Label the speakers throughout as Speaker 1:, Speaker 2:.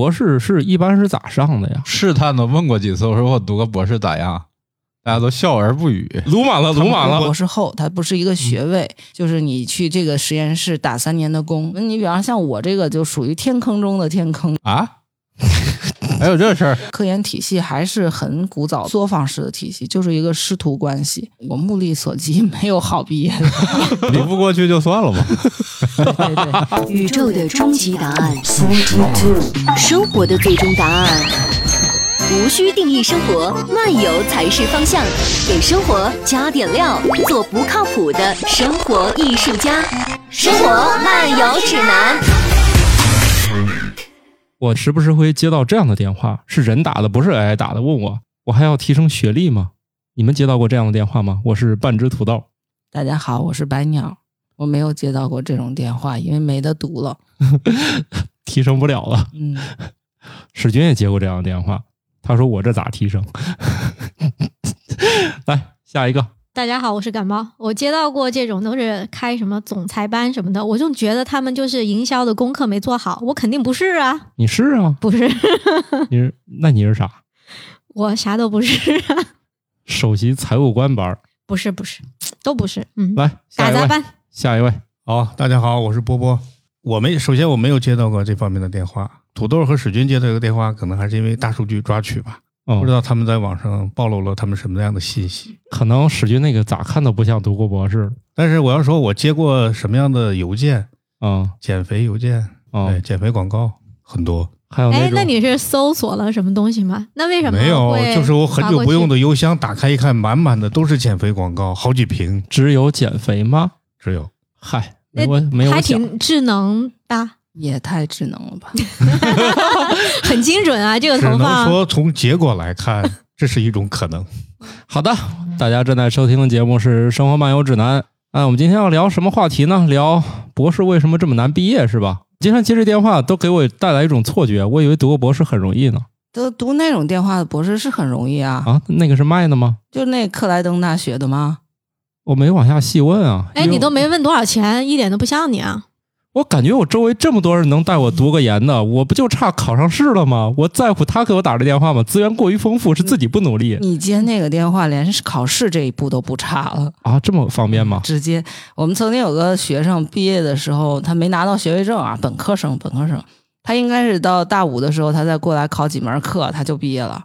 Speaker 1: 博士是一般是咋上的呀？
Speaker 2: 试探的问过几次，我说我读个博士咋样？大家都笑而不语。
Speaker 1: 鲁莽了，鲁莽了
Speaker 3: 他不是
Speaker 1: 嗯
Speaker 3: 博！士后，它不是一个学位，就是你去这个实验室打三年的工。那你比方像我这个就属于天坑中的天坑，
Speaker 2: 啊， 还有这事儿？
Speaker 3: 科研体系还是很古早作坊式的体系，就是一个师徒关系。我目力所及， 没有好毕业的。
Speaker 2: 你不过去就算了吧。
Speaker 3: 对对。
Speaker 4: 宇宙的终极答案，生活的最终答案。无需定义生活，漫游才是方向。给生活加点料，做不靠谱的生活艺术家。生活漫游指南。
Speaker 1: 我时不时会接到这样的电话，是人打的，不是 AI 打的，问我我还要提升学历吗？你们接到过这样的电话吗？我是半只土豆。
Speaker 3: 大家好，我是白鸟，我没有接到过这种电话，因为没得读了。
Speaker 1: 提升不了了。
Speaker 3: 嗯，
Speaker 1: 史军也接过这样的电话，他说我这咋提升？ 来下一个，
Speaker 5: 大家好，我是感冒。我接到过这种都是开什么总裁班什么的，我就觉得他们就是营销的功课没做好。我肯定不是啊，
Speaker 1: 你是啊？
Speaker 5: 不是，
Speaker 1: 你是那你是啥？
Speaker 5: 我啥都不是啊，
Speaker 1: 首席财务官班儿。
Speaker 5: 不是，不是，都不是。嗯，
Speaker 1: 来下
Speaker 5: 打
Speaker 1: 一
Speaker 5: 杂
Speaker 1: 位，
Speaker 5: 班，
Speaker 1: 下一位，
Speaker 6: 好，大家好，我是波波。我没，首先我没有接到过这方面的电话。土豆和史军接到这个电话，可能还是因为大数据抓取吧，不
Speaker 1: 嗯，
Speaker 6: 知道他们在网上暴露了他们什么样的信息。
Speaker 1: 可能史军那个咋看都不像读过博士。
Speaker 6: 但是我要说，我接过什么样的邮件？
Speaker 1: 嗯
Speaker 6: 减肥邮件，对，
Speaker 1: 嗯，
Speaker 6: 减肥广告很多。
Speaker 1: 还有
Speaker 5: 哎，那
Speaker 1: 种
Speaker 5: 你是搜索了什么东西吗？那为什么
Speaker 6: 没有，就是我很久不用
Speaker 5: 的。
Speaker 6: 的邮箱，打开一看，满满的都是减肥广告，好几瓶，
Speaker 1: 只有减肥吗？
Speaker 6: 只有
Speaker 1: 嗨，
Speaker 5: 那
Speaker 1: 我没有
Speaker 5: 还
Speaker 1: 想，
Speaker 5: 挺智能吧，
Speaker 3: 也太智能了吧？
Speaker 5: 很精准啊，这个
Speaker 6: 只
Speaker 5: 投
Speaker 6: 能
Speaker 5: 放。
Speaker 6: 说从结果来看，这是一种 可能。
Speaker 1: 好的，大家正在收听的节目是《生活漫游指南》。哎，我们今天要聊什么话题呢？聊博士为什么这么难毕业是吧？经常接这电话都给我带来一种错觉，我以为读个博士很容易呢。
Speaker 3: 都读那种电话的博士是很容易啊，
Speaker 1: 啊，那个是卖的吗？
Speaker 3: 就那克莱登大学的吗？
Speaker 1: 我没往下细问啊。
Speaker 5: 哎，
Speaker 1: 因为
Speaker 5: 你都没问多少钱，一点都不像你啊！
Speaker 1: 我感觉我周围这么多人能带我读个研的，我不就差考上试了吗？我在乎他给我打这电话吗？资源过于丰富，是自己不努力
Speaker 5: 嗯
Speaker 3: 你接那个电话，连考试这一步都不差了。
Speaker 1: 啊？这么方便 吗？
Speaker 3: 直接，我们曾经有个学生毕业的时候，他没拿到学位证啊，本科生，本科生，他应该是到大五的时候，他再过来考几门课，他就毕业了。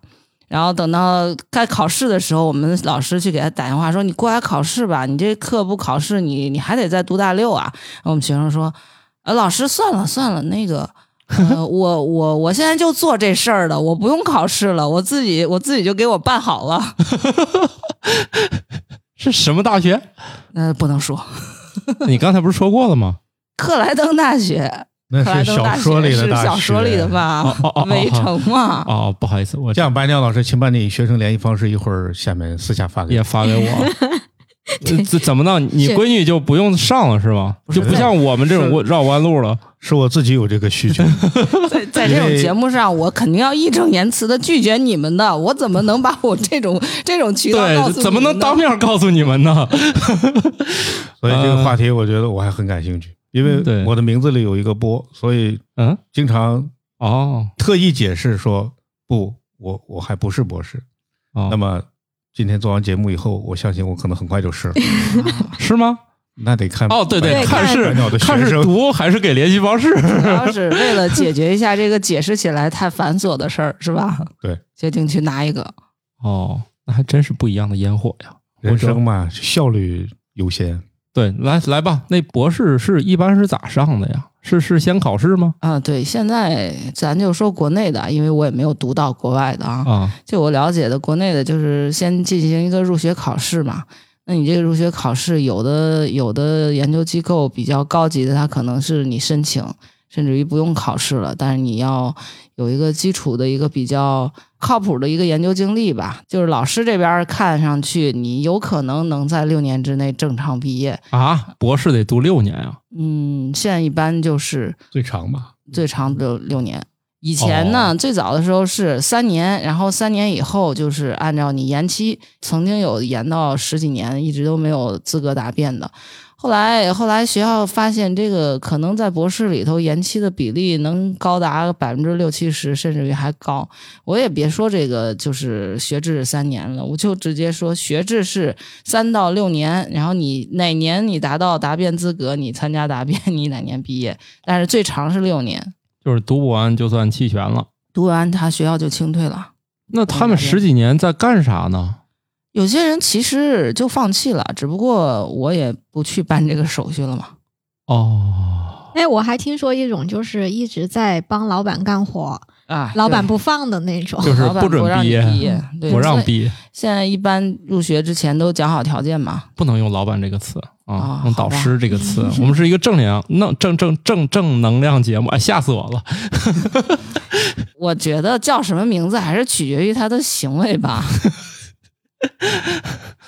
Speaker 3: 然后等到该考试的时候，我们老师去给他打电话说：“你过来考试吧，你这课不考试，你你还得再读大六啊。”然后我们学生说：“呃，老师，算了算了，那个。”呃，我我我现在就做这事儿了，我不用考试了，我自己我自己就给我办好了。
Speaker 1: 是什么大学？
Speaker 3: 呃，不能说
Speaker 1: 你刚才不是说过了吗？
Speaker 3: 克莱登大学，
Speaker 6: 那
Speaker 3: 克莱
Speaker 6: 是
Speaker 3: 登
Speaker 6: 小
Speaker 3: 学
Speaker 6: 说里的
Speaker 3: 是
Speaker 6: 大
Speaker 3: 小说里的
Speaker 1: 哦
Speaker 3: 吧
Speaker 1: 哦哦哦？
Speaker 3: 围城嘛，
Speaker 1: 哦，不好意思，我
Speaker 6: 这样，白鸟老师，请把你学生联系方式一会儿下面私下发给
Speaker 1: 也
Speaker 6: 我。
Speaker 1: 发给我。这这怎么弄？你闺女就不用上了是吗？
Speaker 6: 是
Speaker 1: 就不像我们这种
Speaker 6: 是
Speaker 1: 我绕弯路了。
Speaker 6: 是我自己有这个 需求，
Speaker 3: 在在这种节目上，我肯定要义正言辞的拒绝你们的。我怎么能把我这种这种渠道告
Speaker 1: 对，
Speaker 3: 诉
Speaker 1: 怎么
Speaker 3: 你们
Speaker 1: 能
Speaker 3: 呢
Speaker 1: 当？面告诉你们呢？
Speaker 6: 所以这个话题我觉得我还很感兴趣，因
Speaker 1: 嗯对
Speaker 6: 为我的名字里有一个“波”，所以
Speaker 1: 嗯，
Speaker 6: 经常
Speaker 1: 哦，
Speaker 6: 特意解释说不，我我还不是博士。
Speaker 1: 哦
Speaker 6: 那么今天做完节目以后，我相信我可能很快就 是了，
Speaker 1: 是吗？
Speaker 6: 那得看
Speaker 1: 哦，对
Speaker 6: 白
Speaker 1: 对，
Speaker 6: 鸟
Speaker 1: 看是
Speaker 6: 白鸟的
Speaker 1: 看
Speaker 6: 学
Speaker 1: 是
Speaker 6: 生。
Speaker 1: 读还是给联系方式？
Speaker 3: 主要是为了解决一下这个解释起来太繁琐的事儿，是吧？
Speaker 6: 对，
Speaker 3: 决定去拿一个。
Speaker 1: 哦，那还真是不一样的烟火呀！
Speaker 6: 人生嘛，效率优先。
Speaker 1: 对，来来吧，那博士是一般是咋上的呀？是是先考试吗？
Speaker 3: 啊，对，现在咱就说国内的，因为我也没有读到国外的啊。
Speaker 1: 啊，
Speaker 3: 就我了解的，国内的就是先进行一个入学考试嘛。那你这个入学考试，有的有的研究机构比较高级的，它可能是你申请，甚至于不用考试了，但是你要有一个基础的一个比较靠谱的一个研究经历吧。就是老师这边看上去，你有可能能在六年之内正常毕业。
Speaker 1: 啊，博士得读六年啊。
Speaker 3: 嗯，现在一般就是
Speaker 6: 最长吧，
Speaker 3: 最长六六年。以前呢，最早的时候是三年，然后三年以后就是按照你延期，曾经有延到十几年，一直都没有资格答辩的。后来后来学校发现，这个可能在博士里头延期的比例能高达百分之六七十，甚至于还高。我也别说这个就是学制三年了，我就直接说学制是三到六年，然后你哪年你达到答辩资格，你参加答辩，你哪年毕业，但是最长是六年。
Speaker 1: 就是读不完就算弃权了。
Speaker 3: 读完他学校就清退了。
Speaker 1: 那他们十几年在干啥呢？
Speaker 3: 有些人其实就放弃了，只不过我也不去办这个手续了嘛。
Speaker 1: 哦，
Speaker 5: 哎，我还听说一种就是一直在帮老板干活，
Speaker 3: 啊，
Speaker 5: 老板
Speaker 3: 对
Speaker 5: 不放的那种。
Speaker 1: 就是
Speaker 3: 哦老板
Speaker 1: 不准
Speaker 3: 让你
Speaker 1: 毕业
Speaker 3: 毕业，对
Speaker 1: 不让。
Speaker 3: 现在
Speaker 1: 毕业，
Speaker 3: 现在一般入学之前都讲好条件嘛，
Speaker 1: 不能用“老板”这个词啊
Speaker 3: 哦，
Speaker 1: 用“
Speaker 3: 好
Speaker 1: 导
Speaker 3: 吧
Speaker 1: 师” 这个词。我们是一个正能量、正正正正能量节目，哎，吓死我了！
Speaker 3: 我觉得叫什么名字还是取决于他的行为吧。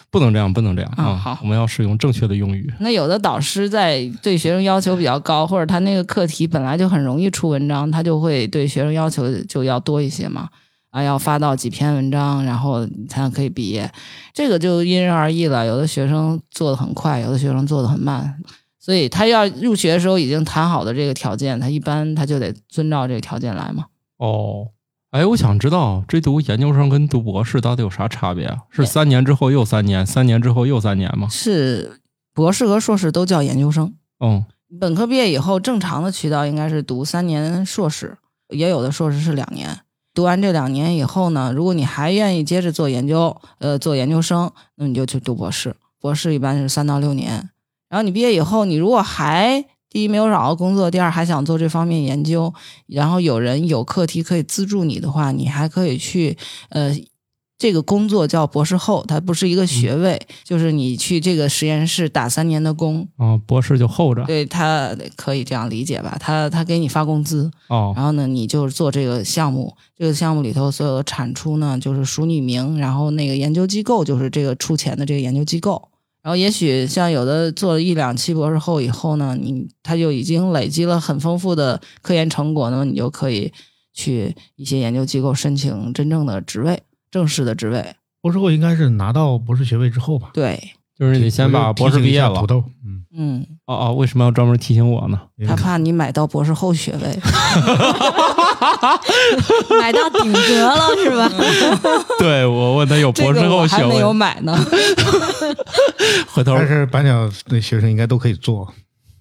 Speaker 1: 不能这样，不能这样
Speaker 3: 啊
Speaker 1: 啊
Speaker 3: 好！
Speaker 1: 我们要使用正确的用语。
Speaker 3: 那有的导师在对学生要求比较高，或者他那个课题本来就很容易出文章，他就会对学生要求就要多一些嘛。啊，要发到几篇文章，然后你才可以毕业，这个就因人而异了。有的学生做的很快，有的学生做的很慢，所以他要入学的时候已经谈好的这个条件，他一般他就得遵照这个条件来嘛。
Speaker 1: 哦，哎，我想知道这读研究生跟读博士到底有啥差别啊？是三年之后又三年，三年之后又三年吗？
Speaker 3: 是博士和硕士都叫研究生。
Speaker 1: 嗯，
Speaker 3: 本科毕业以后，正常的渠道应该是读三年硕士，也有的硕士是两年。读完这两年以后呢，如果你还愿意接着做研究，呃，做研究生，那你就去读博士。博士一般是三到六年。然后你毕业以后，你如果还第一没有找到工作，第二还想做这方面研究，然后有人有课题可以资助你的话，你还可以去呃。这个工作叫博士后，它不是一个学位，就是你去这个实验室打三年的工，
Speaker 1: 啊，博士就候着
Speaker 3: 对他可以这样理解吧？他他给你发工资，
Speaker 1: 哦
Speaker 3: 然后呢，你就是做这个项目，这个项目里头所有的产出呢，就是署你名，然后那个研究机构就是这个出钱的这个研究机构。然后也许像有的做了一两期博士后以后呢，你他就已经累积了很丰富的科研成果，那么你就可以去一些研究机构申请真正的职位，正式的职位。
Speaker 6: 博士后应该是拿到博士学位之后吧？
Speaker 3: 对，
Speaker 1: 就是你先把博士毕业
Speaker 6: 提醒一下
Speaker 1: 了
Speaker 6: 土。豆，嗯，
Speaker 3: 嗯，
Speaker 1: 哦哦，为什么要专门提醒我 呢？
Speaker 6: 因为
Speaker 3: 他怕你买到博士后学 位。
Speaker 5: 买到顶格了是吧？
Speaker 1: 对我问他有
Speaker 3: 这
Speaker 1: 博士
Speaker 3: 个我
Speaker 1: 后
Speaker 3: 还
Speaker 1: 学
Speaker 3: 没
Speaker 1: 位
Speaker 3: 有，买呢。
Speaker 1: 回头
Speaker 6: 但是白鸟的学生应该都可以做，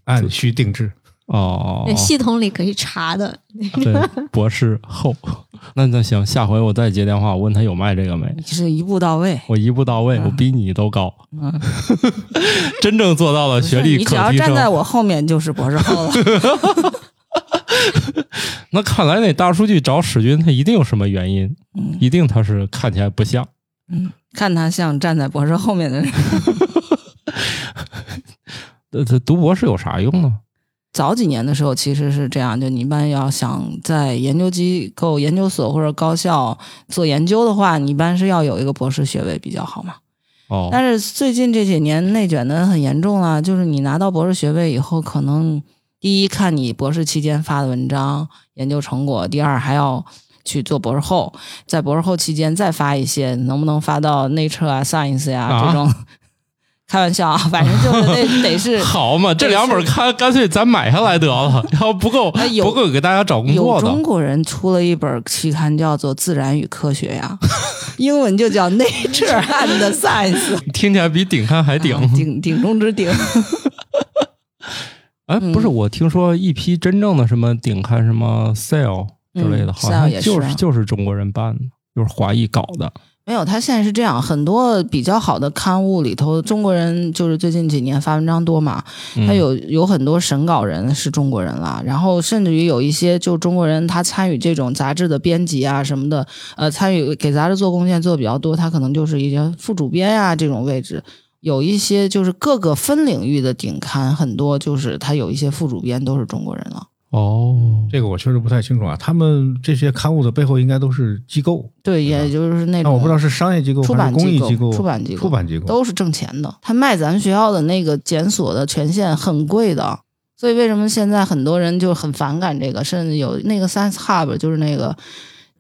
Speaker 6: 按需定制。
Speaker 1: 哦，哦哦
Speaker 5: 系统里可以查的。
Speaker 1: 对，博士后。那那行，下回我再接电话，我问他有卖这个没。
Speaker 3: 你是一步到位。
Speaker 1: 我一步到位，我比你都高，
Speaker 3: 嗯，
Speaker 1: 真正做到了 学历
Speaker 3: 你
Speaker 1: 可
Speaker 3: 只要
Speaker 1: 提
Speaker 3: 站
Speaker 1: 升。
Speaker 3: 在我后面就是博士后了。
Speaker 1: 那看来那大数据找史军，他一定有什么原因，
Speaker 3: 嗯
Speaker 1: 一定他是看起来不像。
Speaker 3: 嗯，看他像站在博士后面的人。
Speaker 1: 呃，这读博士有啥用呢？
Speaker 3: 早几年的时候其实是这样，就你一般要想在研究机构、研究所或者高校做研究的话，你一般是要有一个博士学位比较好嘛。
Speaker 1: 哦，
Speaker 3: 但是最近这几年内卷的很严重了，就是你拿到博士学位以后，可能第一看你博士期间发的文章、研究成果，第二还要去做博士后，在博士后期间再发一些，能不能发到 Nature 啊、Science 呀、
Speaker 1: 啊
Speaker 3: 这种？ 开 玩笑啊，反正就是得得是
Speaker 1: 好嘛，这两本看干脆咱买下来得了， 要不够
Speaker 3: 哎有
Speaker 1: 不够给大家找工
Speaker 3: 有
Speaker 1: 作
Speaker 3: 中
Speaker 1: 的。
Speaker 3: 国人出了一本期刊叫做《自然与科学》 呀，英文就叫 Nature and Science，
Speaker 1: 听起来比顶刊还顶
Speaker 3: 啊。顶顶中之顶。
Speaker 1: 哎，不
Speaker 3: 嗯
Speaker 1: 是，我听说一批真正的什么顶刊什么 Sale 之类的，
Speaker 3: 嗯
Speaker 1: 好像
Speaker 3: Sale 也是
Speaker 1: 就
Speaker 3: 啊
Speaker 1: 是就是中国人办的，就是华裔搞的。
Speaker 3: 没有，他现在是这样，很多比较好的刊物里头，中国人就是最近几年发文章多嘛，
Speaker 1: 嗯
Speaker 3: 他有有很多审稿人是中国人啦，然后甚至于有一些就中国人他参与这种杂志的编辑啊什么的，呃，参与给杂志做贡献做的比较多，他可能就是一些副主编啊这种位置。有一些就是各个分领域的顶刊，很多就是他有一些副主编都是中国人了。
Speaker 1: 哦，
Speaker 6: 这个我确实不太清楚啊，他们这些刊物的背后应该都是机构，
Speaker 3: 对，也就是那
Speaker 6: 但
Speaker 3: 种
Speaker 6: 我不知道是商业机构
Speaker 3: 哎出
Speaker 6: 还
Speaker 3: 版
Speaker 6: 是公益
Speaker 3: 机构
Speaker 6: 机构、
Speaker 3: 出版机构
Speaker 6: 出版机构。
Speaker 3: 都是挣钱的。他卖咱们学校的那个检索的权限很贵的，所以为什么现在很多人就很反感这个，甚至有那个 Science Hub 就是那个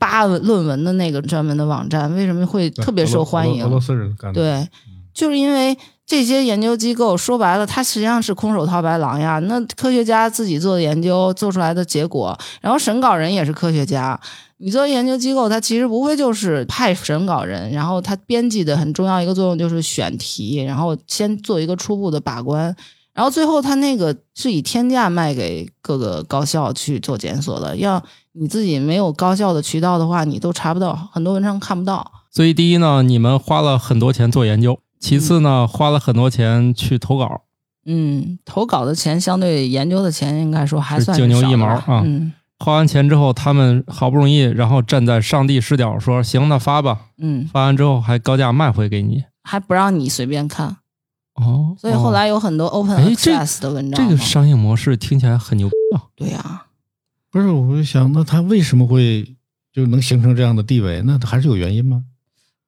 Speaker 3: 扒论文的那个专门的网站，为什么会特别受欢
Speaker 6: 俄罗俄罗
Speaker 3: 迎？
Speaker 6: 斯人干的，嗯
Speaker 3: 对，就是因为这些研究机构说白了，它实际上是空手套白狼呀。那科学家自己做的研究做出来的结果，然后审稿人也是科学家。你作为研究机构，它其实无非就是派审稿人，然后它编辑的很重要一个作用就是选题，然后先做一个初步的把关，然后最后它那个是以天价卖给各个高校去做检索的。要你自己没有高校的渠道的话，你都查不到，很多文章看不到。
Speaker 1: 所以第一呢，你们花了很多钱做研究；其次呢，花了很多钱去投稿。
Speaker 3: 嗯，投稿的钱相对研究的钱，应该说还算
Speaker 1: 是九牛
Speaker 3: 少
Speaker 1: 一
Speaker 3: 的
Speaker 1: 毛
Speaker 3: 吧
Speaker 1: 啊
Speaker 3: 嗯
Speaker 1: 花完钱之后，他们好不容易，然后站在上帝视角说：“行，那发吧。”
Speaker 3: 嗯，
Speaker 1: 发完之后还高价卖回给你。
Speaker 3: 还不让你随便看，
Speaker 1: 哦，
Speaker 3: 所以后来有很多 open
Speaker 1: 哎这
Speaker 3: access 的文章
Speaker 1: 这个
Speaker 3: 嘛。
Speaker 1: 商业模式听起来很牛逼啊！
Speaker 3: 对呀、
Speaker 6: 不是，我就想，那他为什么会就能形成这样的地位？那还是有原因吗？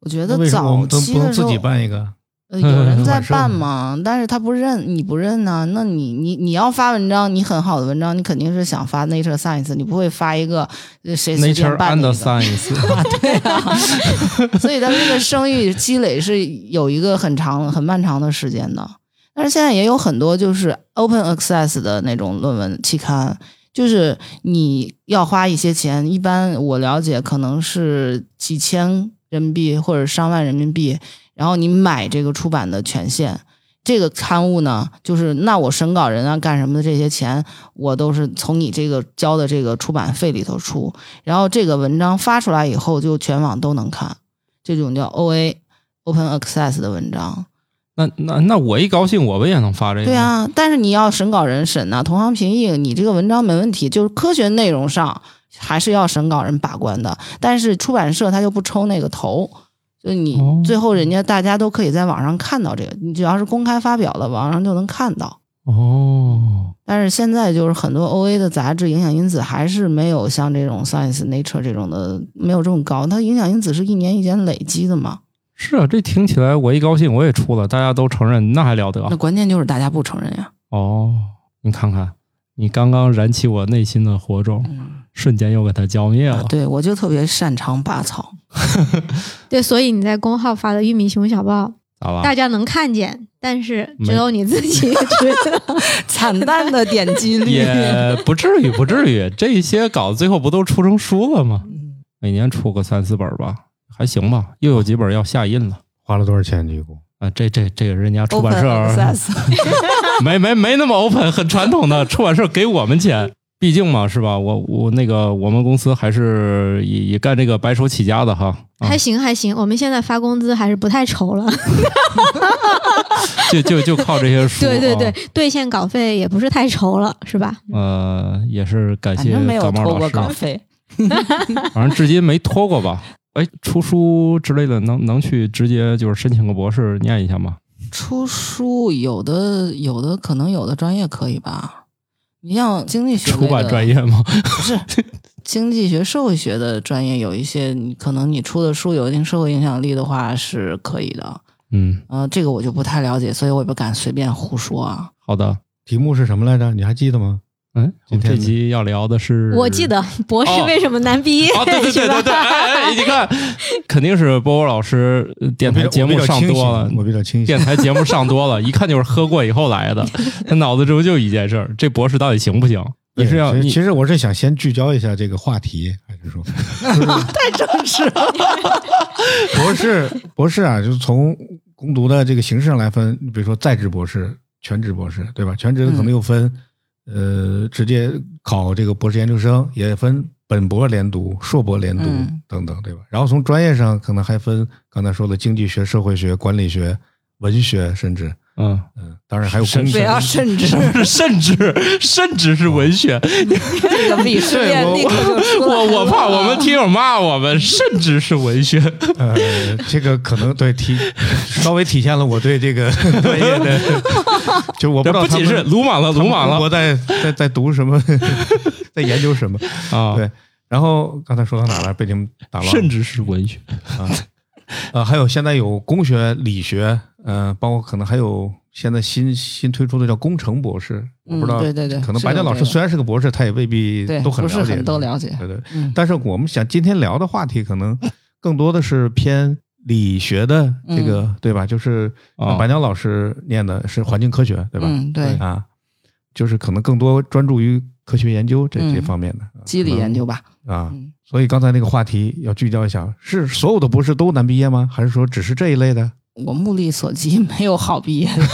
Speaker 3: 我觉
Speaker 6: 那
Speaker 3: 得
Speaker 6: 为什么我
Speaker 3: 早
Speaker 6: 们都
Speaker 3: 期
Speaker 6: 不能
Speaker 3: 的时
Speaker 6: 自
Speaker 3: 候
Speaker 6: 己办一个？
Speaker 3: 呃，有 人在
Speaker 6: 晚上
Speaker 3: 办嘛，但是他不认，你不认呢、那你你你要发文章，你很好的文章，你肯定是想发 Nature Science，你不会发一个呃谁随
Speaker 1: Nature
Speaker 3: 便办
Speaker 1: and
Speaker 3: 的一个。
Speaker 1: Science，
Speaker 3: 啊， 对啊， 所以他这个声誉积累是有一个很长、很漫长的时间的。但是现在也有很多就是 open access 的那种论文期刊，就是你要花一些钱，一般我了解可能是几千人民币或者上万人民币，然后你买这个出版的权限。这个刊物呢，就是那我审稿人啊干什么的这些钱，我都是从你这个交的这个出版费里头出。然后这个文章发出来以后，就全网都能看，这种叫 OA Open Access 的文章。
Speaker 1: 那那那我一高兴，我们也能发这个。
Speaker 3: 对，啊，但是你要审稿人审呐、啊同行评议，你这个文章没问题，就是科学内容上还是要审稿人把关的。但是出版社他就不抽那个头，就你
Speaker 1: 哦
Speaker 3: 最后人家大家都可以在网上看到这个，你只要是公开发表了，网上就能看到。
Speaker 1: 哦，
Speaker 3: 但是现在就是很多 O A 的杂志影响因子还是没有像这种 Science、Nature 这种的没有这么高，它影响因子是一年一年累积的嘛。
Speaker 1: 是啊，这听起来我一高兴我也出了，大家都承认，那还了得啊
Speaker 3: 那？关键就是大家不承认呀。
Speaker 1: 哦，你看看，你刚刚燃起我内心的火种，瞬间又给它浇灭
Speaker 3: 嗯啊
Speaker 1: 了。
Speaker 3: 对我就特别擅长拔 草，
Speaker 5: 对，所以你在公号发的玉米熊小报，
Speaker 1: 咋
Speaker 5: 大
Speaker 1: 了？
Speaker 5: 家能看见，但是
Speaker 1: 没
Speaker 5: 只有你自己知道。
Speaker 3: 惨淡的点击率。
Speaker 1: 也不至于，不至于。这些稿子最后不都出成书了吗？
Speaker 3: 嗯
Speaker 1: 每年出个三四本吧，还行吧。又有几本要下印了
Speaker 6: 花了多少钱？这一共？
Speaker 1: 啊！这这这个人家出
Speaker 3: Open
Speaker 1: 版社
Speaker 3: access，
Speaker 1: 没没没那么 open，很传统的出版社给我们钱，毕竟嘛是吧？我我那个我们公司还是以以干这个白手起家的哈，啊
Speaker 5: 还、行还行，我们现在发工资还是不太愁 了。
Speaker 1: 就就就靠这些 书，
Speaker 5: 对对对
Speaker 1: 啊，
Speaker 5: 兑现稿费也不是太愁了，是吧？
Speaker 1: 呃，也是感
Speaker 3: 反
Speaker 1: 谢
Speaker 3: 正没有
Speaker 1: 感冒
Speaker 3: 投
Speaker 1: 老
Speaker 3: 过
Speaker 1: 师，
Speaker 3: 稿费。
Speaker 1: 反正至今没拖过吧。哎，出书之类的能能去直接就是申请个博士念一下吗？
Speaker 3: 出书有的有的可能有的专业可以吧，你像经济学类
Speaker 1: 出版
Speaker 3: 的
Speaker 1: 专业吗？
Speaker 3: 不是经济学、社会学的专业，有一些你可能你出的书有一定社会影响力的话是可以的。
Speaker 1: 嗯，
Speaker 3: 呃，这个我就不太了解，所以我也不敢随便胡说 啊。
Speaker 1: 好的。
Speaker 6: 题目是什么来着？你还记得吗？
Speaker 1: 嗯，我
Speaker 6: 今
Speaker 1: 们
Speaker 6: 天
Speaker 1: 这
Speaker 6: 呢
Speaker 1: 集要聊的是，
Speaker 5: 我记得博士
Speaker 1: 哦
Speaker 5: 为什么难毕 业？
Speaker 1: 哦，对 对对对对，哎哎，你看，肯定是波波老师呃电台
Speaker 6: 我比较
Speaker 1: 节目上多了，
Speaker 6: 我比较清醒。
Speaker 1: 电台节目上多 了，一看就是喝过以后来的，他脑子中就一件事儿：这博士到底行不行？你是要
Speaker 6: 对其实
Speaker 1: 你
Speaker 6: 其实我是想先聚焦一下这个话题，还是说
Speaker 3: 太正式了，
Speaker 6: 博士博士啊，就是从攻读的这个形式上来分，你比如说在职博士、全职博士，对吧？全职的可能又分，
Speaker 3: 嗯
Speaker 6: 呃，直接考这个博士研究生，也分本博连读、硕博连读、
Speaker 3: 嗯
Speaker 6: 等等，对吧？然后从专业上可能还分刚才说的经济学、社会学、管理学、文学，甚至
Speaker 1: 嗯，
Speaker 6: 嗯，当然还有工
Speaker 3: 不
Speaker 6: 程。
Speaker 3: 要啊甚至
Speaker 1: 甚至甚至是文学，
Speaker 3: 这个鄙视链立刻就出来
Speaker 1: 我我怕
Speaker 3: 了
Speaker 1: 我们听友骂我们，甚至是文学，
Speaker 6: 呃，这个可能对体稍微体现了我对这 个专业的，就我不知道
Speaker 1: 不
Speaker 6: 他
Speaker 1: 仅
Speaker 6: 们
Speaker 1: 是鲁莽了，鲁莽了
Speaker 6: 我在在在读什么， 在研究什么。
Speaker 1: 啊，
Speaker 6: 对，然后刚才说到哪了？被你们打乱了。
Speaker 1: 甚至是文学，
Speaker 6: 啊，呃，还有现在有工学、理学，呃，包括可能还有现在新新推出的叫工程博士，我不知道，
Speaker 3: 嗯对对对
Speaker 6: 可能
Speaker 3: 是
Speaker 6: 白
Speaker 3: 有
Speaker 6: 健老
Speaker 3: 这
Speaker 6: 师
Speaker 3: 个
Speaker 6: 虽然是个博士，他也未必
Speaker 3: 对
Speaker 6: 都很
Speaker 3: 不是
Speaker 6: 了解，
Speaker 3: 很都了解
Speaker 6: 对对。
Speaker 3: 嗯
Speaker 6: 但是我们想今天聊的话题，可能更多的是偏理学的这个、
Speaker 3: 嗯
Speaker 6: 对吧？就是
Speaker 1: 哦
Speaker 6: 白鸟老师念的是环境科学，对吧？
Speaker 3: 嗯，对，
Speaker 6: 啊，就是可能更多专注于科学研究这些
Speaker 3: 嗯
Speaker 6: 方面的、
Speaker 3: 机理研究吧。
Speaker 6: 啊。
Speaker 3: 嗯
Speaker 6: 所以刚才那个话题要聚焦一下，是所有的博士都难毕业吗？还是说只是这一类的？
Speaker 3: 嗯我目力所及，没有好毕 业的。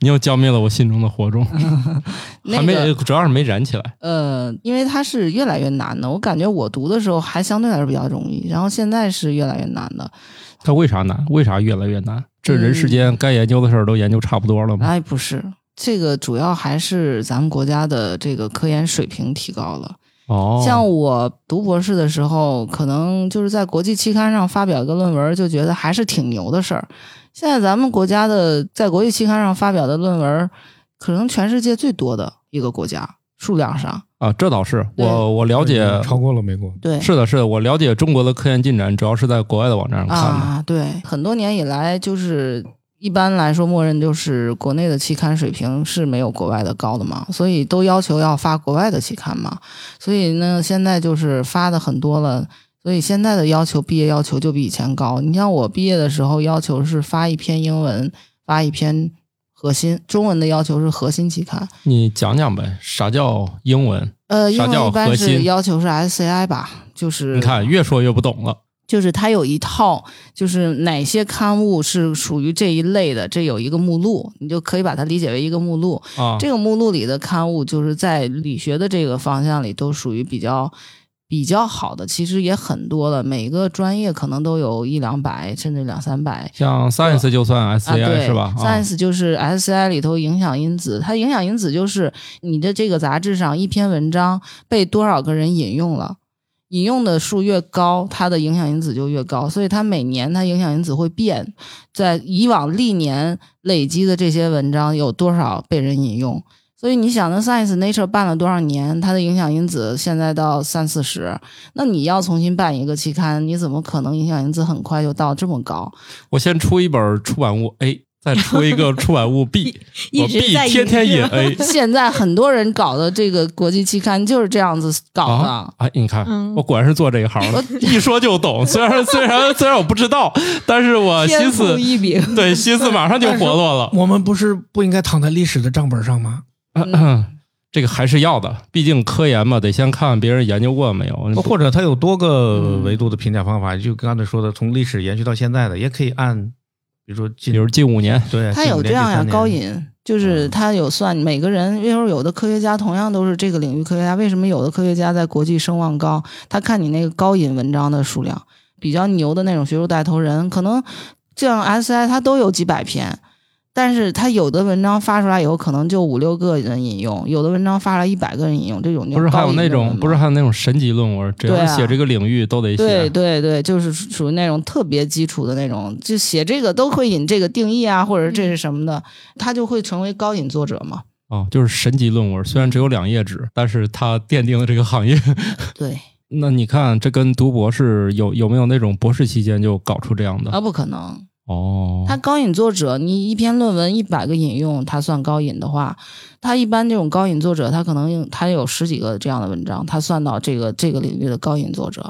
Speaker 1: 你又浇灭了我心中的火种，
Speaker 3: 啊那
Speaker 1: 还没
Speaker 3: 个
Speaker 1: 主要是没燃起来。
Speaker 3: 呃，因为它是越来越难的，我感觉我读的时候还相对来说比较容易，然后现在是越来越难的。
Speaker 1: 它为啥难？为啥越来越难？这人
Speaker 3: 嗯
Speaker 1: 世间该研究的事儿都研究差不多了吗？
Speaker 3: 哎，不是，这个主要还是咱们国家的这个科研水平提高了。
Speaker 1: 哦，
Speaker 3: 像我读博士的时候，可能就是在国际期刊上发表一个论文，就觉得还是挺牛的事儿。现在咱们国家的在国际期刊上发表的论文，可能全世界最多的一个国家数量上，
Speaker 1: 啊，这倒是
Speaker 3: 对
Speaker 1: 我我了解，
Speaker 6: 超过了美国，
Speaker 3: 对，
Speaker 1: 是的，是的，我了解中国的科研进展，主要是在国外的网站上看的。
Speaker 3: 啊，对，很多年以来，就是一般来说，默认就是国内的期刊水平是没有国外的高的嘛，所以都要求要发国外的期刊嘛。所以呢，现在就是发的很多了，所以现在的要求毕业要求就比以前高。你像我毕业的时候，要求是发一篇英文，发一篇核心，中文的要求是核心期刊。
Speaker 1: 你讲讲呗，啥叫英文？
Speaker 3: 呃，英
Speaker 1: 啥
Speaker 3: 文
Speaker 1: 叫
Speaker 3: 一般
Speaker 1: 核
Speaker 3: 是
Speaker 1: 心
Speaker 3: 要求是 SCI 吧，就是啊
Speaker 1: 你看，越说越不懂了。
Speaker 3: 就是它有一套，就是哪些刊物是属于这一类的，这有一个目录，你就可以把它理解为一个目录。
Speaker 1: 啊，
Speaker 3: 这个目录里的刊物，就是在理学的这个方向里都属于比较比较好的，其实也很多了，每个专业可能都有一两百，甚至两三百。
Speaker 1: 像 Science 就算
Speaker 3: 啊，
Speaker 1: SCI、
Speaker 3: 对
Speaker 1: 是吧？啊
Speaker 3: Science 就是 SCI 里头影响因子，它影响因子就是你的这个杂志上一篇文章被多少个人引用了，引用的数越高，它的影响因子就越高，所以它每年它影响因子会变，在以往历年累积的这些文章有多少被人引用。所以你想，那 Science Nature 办了多少年？它的影响因子现在到三四十，那你要重新办一个期刊，你怎么可能影响因子很快就到这么高？
Speaker 1: 我先出一本出版物 A，再出一个出版物 B，
Speaker 5: 一
Speaker 1: 我
Speaker 5: 直
Speaker 1: B
Speaker 5: 在
Speaker 1: 天天
Speaker 5: 引
Speaker 1: 引
Speaker 5: 是吧
Speaker 1: A
Speaker 3: 现在很多人搞的这个国际期刊就是这样子搞的。
Speaker 1: 啊！哎，你看，
Speaker 5: 嗯
Speaker 1: 我果然是做这一行 的，一说就懂。虽然 虽然虽然我不知道，但是我
Speaker 3: 天
Speaker 1: 心
Speaker 3: 赋
Speaker 1: 思
Speaker 3: 异禀，
Speaker 1: 对心思马上就活络了。
Speaker 6: 我们不是不应该躺在历史的账本上吗？
Speaker 3: 嗯
Speaker 1: 嗯这个还是要的，毕竟科研嘛，得先看别人研究过没有。
Speaker 6: 嗯或者它有多
Speaker 3: 嗯
Speaker 6: 个维度的评价方法，就刚才说的，从历史延续到现在的，也可以按，比如说
Speaker 1: 比
Speaker 6: 近，
Speaker 1: 如近五年，
Speaker 6: 对，
Speaker 3: 他
Speaker 6: 近五
Speaker 3: 有这
Speaker 6: 年
Speaker 3: 样呀，
Speaker 6: 13年
Speaker 3: 高引
Speaker 1: 嗯
Speaker 3: 就是他有算每个人，因为有的科学家同样都是这个领域科学家，为什么有的科学家在国际声望高？他看你那个高引文章的数量，比较牛的那种学术带头人，可能这样 SI 他都有几百篇。但是他有的文章发出来以后，可能就五六个人引用，有的文章发出来一百个人引用，这种就
Speaker 1: 不是还
Speaker 3: 高
Speaker 1: 有
Speaker 3: 引
Speaker 1: 那
Speaker 3: 论文
Speaker 1: 种
Speaker 3: 吗
Speaker 1: 不是还有那种神级论文，只
Speaker 3: 对
Speaker 1: 要
Speaker 3: 啊
Speaker 1: 是写这个领域都得
Speaker 3: 对
Speaker 1: 写。
Speaker 3: 对对，就是属属于那种特别基础的那种，就写这个都会引这个定义啊，或者这是什么的，他就会成为高引作者嘛。
Speaker 1: 哦，就是神级论文，虽然只有两页纸，但是它奠定了这个行业。
Speaker 3: 对，
Speaker 1: 那你看，这跟读博士有有没有那种博士期间就搞出这样的？
Speaker 3: 啊，不可能，
Speaker 1: 嗯哦，
Speaker 3: 他高引作者，你一篇论文一百个引用，他算高引的话，他一般这种高引作者，他可能他有十几个这样的文章，他算到这个这个领域的高引作者。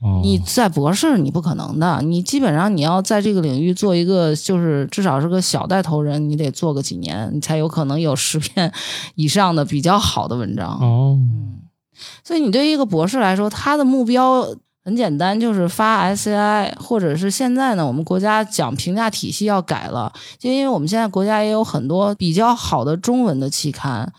Speaker 1: 哦
Speaker 3: 你在博士你不可能的，你基本上你要在这个领域做一个，就是至少是个小带头人，你得做个几年，你才有可能有十 篇以上的比较好的文章。
Speaker 1: 哦，
Speaker 3: 所以你对于一个博士来说，他的目标很简单，就是发 SCI，或者是现在呢，我们国家讲评价体系要改了，就因为我们现在国家也有很多比较好的中文的期刊。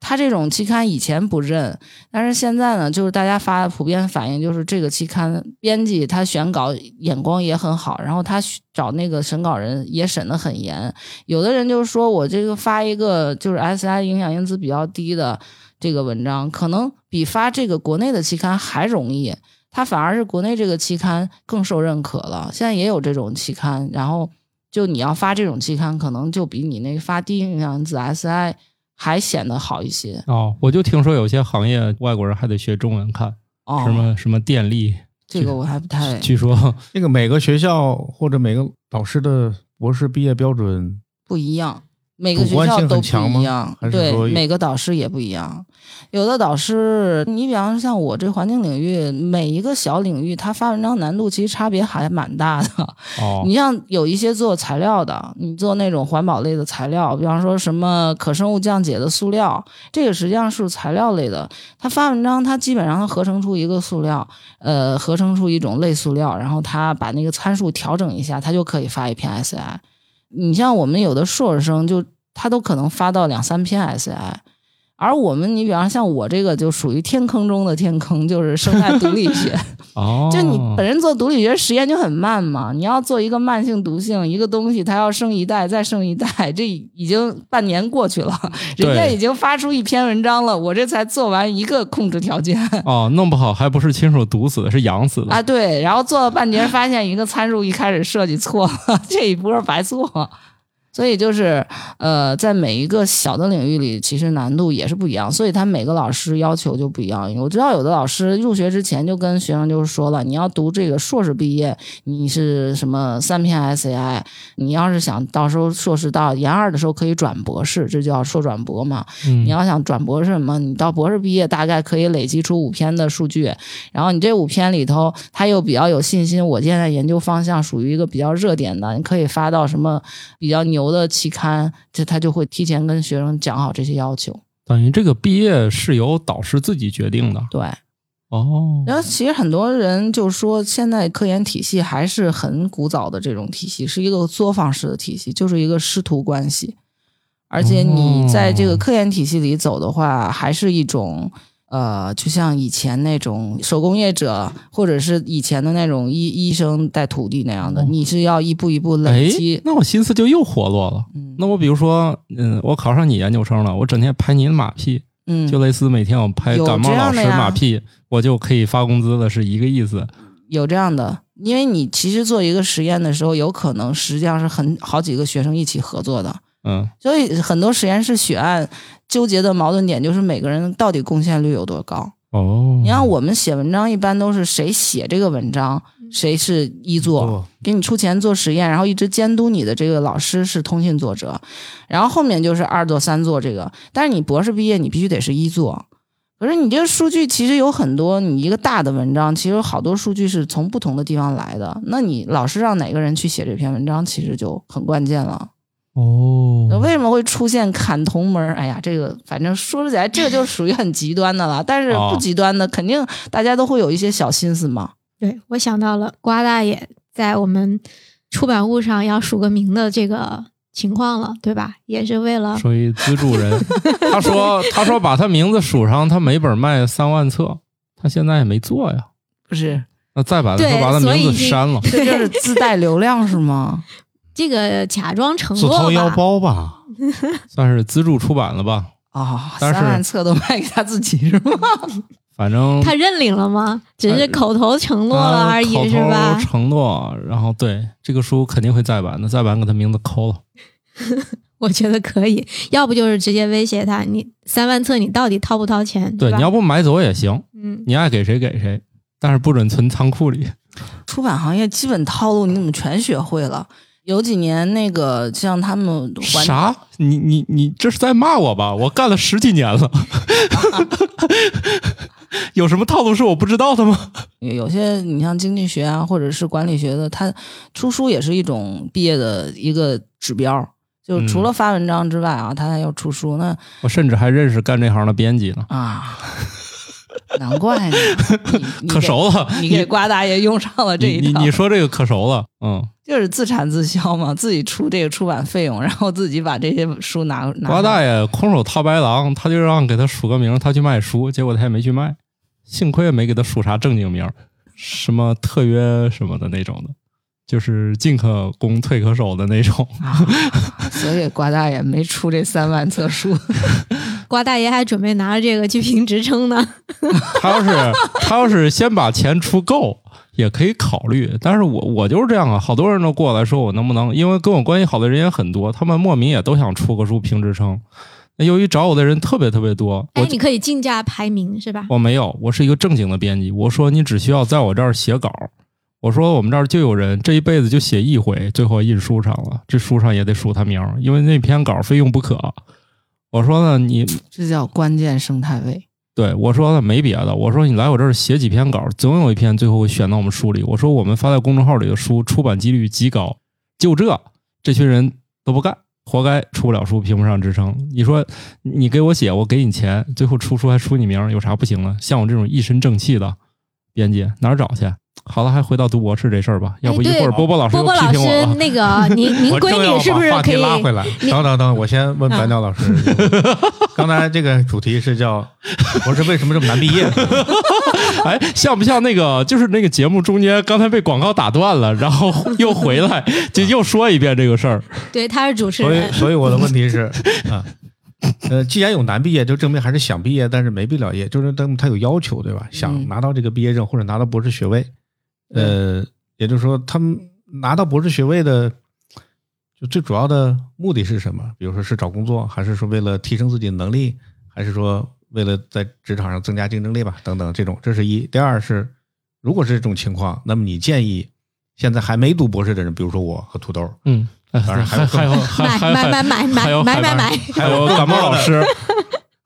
Speaker 3: 他这种期刊以前不认，但是现在呢，就是大家发的普遍反应就是这个期刊编辑他选稿眼光也很好，然后他选找那个审稿人也审得很严。有的人就说我这个发一个就是 SI 影响因子比较低的这个文章，可能比发这个国内的期刊还容易，它反而是国内这个期刊更受认可了。现在也有这种期刊，然后就你要发这种期刊，可能就比你那个发低影响因子 SI 还显得好一些。
Speaker 1: 哦，我就听说有些行业外国人还得学中文看，
Speaker 3: 哦，哎
Speaker 1: 什么什么电力，
Speaker 3: 这个我还不太
Speaker 1: 据说
Speaker 6: 那个每个学校或者每个导师的博士毕业标准
Speaker 3: 不一样。每个
Speaker 6: 主
Speaker 3: 学
Speaker 6: 观
Speaker 3: 校
Speaker 6: 性
Speaker 3: 都
Speaker 6: 很强
Speaker 3: 不
Speaker 6: 吗
Speaker 3: 一样，
Speaker 6: 还是说
Speaker 3: 对，每个导师也不一样。有的导师，你比方说像我这环境领域，每一个小领域，他发文章难度其实差别还蛮大的。
Speaker 1: 哦，
Speaker 3: 你像有一些做材料的，你做那种环保类的材料，比方说什么可生物降解的塑料，这个实际上是材料类的。它发文章，它基本上它合成出一个塑料，呃，合成出一种类塑料，然后它把那个参数调整一下，它就可以发一篇 SI。你像我们有的硕士生就，他都可能发到两三篇 SI。而我们，你比方像我这个就属于天坑中的天坑，就是生态独立学。
Speaker 1: 哦，
Speaker 3: 就你本身做毒理学实验就很慢嘛，你要做一个慢性毒性，一个东西它要生一代再生一代，这已经半年过去了，人家
Speaker 1: 对
Speaker 3: 已经发出一篇文章了，我这才做完一个控制条件
Speaker 1: 哦，弄不好还不是亲手毒死的，是养死的。
Speaker 3: 啊，对，然后做了半年发现一个参数一开始设计错了， 这一波白做。所以就是，呃，在每一个小的领域里，其实难度也是不一样，所以他每个老师要求就不一样。我知道有的老师入学之前就跟学生就是说了，你要读这个硕士毕业，你是什么三篇 SAI，你要是想到时候硕士到研二的时候可以转博士，这就叫硕转博嘛。
Speaker 1: 嗯
Speaker 3: 你要想转博士什么，你到博士毕业大概可以累积出五篇的数据，然后你这五篇里头，他又比较有信心，我现在研究方向属于一个比较热点的，你可以发到什么比较牛的期刊，这他就会提前跟学生讲好这些要求。
Speaker 1: 等于这个毕业是由导师自己决定的。
Speaker 3: 对，
Speaker 1: 哦，
Speaker 3: 然后其实很多人就说，现在科研体系还是很古早的这种体系，是一个作坊式的体系，就是一个师徒关系。而且你
Speaker 1: 哦
Speaker 3: 在这个科研体系里走的话，还是一种呃，就像以前那种手工业者，或者是以前的那种医医生带徒弟那样的，
Speaker 1: 哦
Speaker 3: 你是要一步一步累
Speaker 1: 哎
Speaker 3: 积，。
Speaker 1: 那我心思就又活络了。
Speaker 3: 嗯
Speaker 1: 那我比如说，嗯，我考上你研究生了，我整天拍你的马屁，
Speaker 3: 嗯，
Speaker 1: 就类似每天我拍
Speaker 3: 有
Speaker 1: 感冒
Speaker 3: 这
Speaker 1: 老
Speaker 3: 样
Speaker 1: 师
Speaker 3: 的呀
Speaker 1: 马屁，我就可以发工资了，是一个意思。
Speaker 3: 有这样的，因为你其实做一个实验的时候，有可能实际上是很好几个学生一起合作的。
Speaker 1: 嗯，
Speaker 3: 所以很多实验室血案纠结的矛盾点就是每个人到底贡献率有多高。
Speaker 1: 哦，
Speaker 3: 你看我们写文章一般都是谁写这个文章，谁是嗯一作，给你出钱做实验，然后一直监督你的这个老师是通信作者，然后后面就是二作、三作这个。但是你博士毕业，你必须得是一作。可是你这个数据其实有很多，你一个大的文章其实有好多数据是从不同的地方来的。那你老师让哪个人去写这篇文章，其实就很关键了。那
Speaker 1: 哦，
Speaker 3: 为什么会出现砍同门儿？哎呀，这个反正说起来，这个就属于很极端的了。但是
Speaker 1: 哦
Speaker 3: 不极端的，肯定大家都会有一些小心思嘛。
Speaker 5: 对，我想到了瓜大爷在我们出版物上要署个名的这个情况了，对吧？也是为了
Speaker 1: 属于资助 人。他说，他说把他名字数上，他每本卖三万册，他现在也没做呀。
Speaker 3: 不是，
Speaker 1: 那再把他
Speaker 5: 对
Speaker 1: 说把他
Speaker 5: 所以
Speaker 1: 名字
Speaker 5: 已经
Speaker 1: 删了，
Speaker 3: 这就是自带流量是吗？
Speaker 5: 这个假装承
Speaker 6: 自
Speaker 5: 诺
Speaker 6: 掏腰
Speaker 5: 吧。
Speaker 6: 包吧，
Speaker 1: 算是资助出版了吧？
Speaker 3: 哦，
Speaker 1: 但
Speaker 3: 三
Speaker 1: 是
Speaker 3: 万册都卖给他自己是吗？
Speaker 1: 反正
Speaker 5: 他认领了吗？只是口头承诺了
Speaker 1: 嗯啊
Speaker 5: 而已，
Speaker 1: 口
Speaker 5: 是
Speaker 1: 头
Speaker 5: 吧？
Speaker 1: 承诺，然后对这个书肯定会再版的，再版给他名字抠了。
Speaker 5: 我觉得可以，要不就是直接威胁他，你三万册你到底掏不掏钱？
Speaker 1: 对，
Speaker 5: 吧
Speaker 1: 你要不买走也行，
Speaker 5: 嗯，
Speaker 1: 你爱给谁给谁，但是不准存仓库里。
Speaker 3: 出版行业基本套路你怎么全学会了？有几年那个像他们环
Speaker 1: 啥？你你你这是在骂我吧？我干了十几年了， 有什么套路是我不知道的吗？
Speaker 3: 有有些你像经济学啊，或者是管理学的，它出书也是一种毕业的一个指标。就除
Speaker 1: 嗯
Speaker 3: 了发文章之外啊，他还要出书。那
Speaker 1: 我甚至还认识干这行的编辑呢，
Speaker 3: 啊，难 怪呢，你
Speaker 1: 可熟，了。
Speaker 3: 你给你
Speaker 1: 你
Speaker 3: 给瓜大爷用上了这
Speaker 1: 你
Speaker 3: 一
Speaker 1: 你
Speaker 3: 套，
Speaker 1: 你说这个可熟了，嗯，
Speaker 3: 就是自产自销嘛，自己出这个出版费用，然后自己把这些书拿拿。
Speaker 1: 瓜大，爷空手套白狼，他就让给他署个名，他去卖书，结果他也没去卖，幸亏也没给他署啥正经名，什么特约什么的那种的，就是进可攻退可守的那种。
Speaker 3: 所以瓜大爷没出这三万 册书。
Speaker 5: 瓜大爷还准备拿着这个去评职称呢。
Speaker 1: 他要 是他要是先把钱出够，也可以考虑。但是我我就是这样啊，好多人都过来说我能不能，因为跟我关系好的人也很多，他们莫名也都想出个书评职称。那由于找我的人特别特别多，我哦
Speaker 5: 哎，你可以竞价排名是吧？
Speaker 1: 我没有，我是一个正经的编辑。我说你只需要在我这儿写稿，我说我们这儿就有人这一辈子就写一回，最后印书上了，这书上也得署他名儿，因为那篇稿非用不可。我说呢，你
Speaker 3: 这叫关键生态位。
Speaker 1: 对我说呢没别的，我说你来我这儿写几篇稿，总有一篇最后会选到我们书里。我说我们发在公众号里的书出版几率极高，就这这群人都不干，活该出不了书，评不上支撑。你说你给我写，我给你钱，最后出书还出你名儿，有啥不行的？像我这种一身正气的编辑哪儿找去？好了，还回到读博士这事儿吧，要不一
Speaker 5: 哎对
Speaker 1: 会儿波波老师
Speaker 5: 波
Speaker 1: 又
Speaker 5: 波
Speaker 1: 批
Speaker 5: 老
Speaker 1: 评我
Speaker 5: 师
Speaker 1: 了。，
Speaker 5: 那个您您
Speaker 6: 我
Speaker 5: 闺
Speaker 6: 正要
Speaker 5: 女
Speaker 6: 把
Speaker 5: 是不是
Speaker 6: 话
Speaker 5: 可
Speaker 6: 题
Speaker 5: 以？
Speaker 6: 拉回来？等等等，我先问白鸟老师，刚才这个主题是叫博士为什么这么难毕业？
Speaker 1: 哎，像不像那个？就是那个节目中间刚才被广告打断了，然后又回来，就又说一遍这个事儿。
Speaker 5: 对，他是主持
Speaker 6: 所
Speaker 5: 人
Speaker 6: 以，。所以我的问题是啊，呃，既然有难毕业，就证明还是想毕业，但是没毕了业，就是证明他有要求，对吧？想
Speaker 3: 嗯
Speaker 6: 拿到这个毕业证或者拿到博士学位，呃，也就是说，他们拿到博士学位的，就最主要的目的是什么？比如说是找工作，还是说为了提升自己的能力，还是说为了在职场上增加竞争力吧？等等，这种这是一。第二是，如果是这种情况，那么你建议现在还没读博士的人，比如说我和土豆，
Speaker 1: 嗯，
Speaker 6: 当然还
Speaker 1: 还
Speaker 6: 有
Speaker 1: 还有还
Speaker 5: 买
Speaker 1: 还
Speaker 5: 买买
Speaker 1: 还
Speaker 5: 买
Speaker 1: 还
Speaker 5: 买
Speaker 1: 有
Speaker 5: 买买买，
Speaker 1: 还有感冒老师，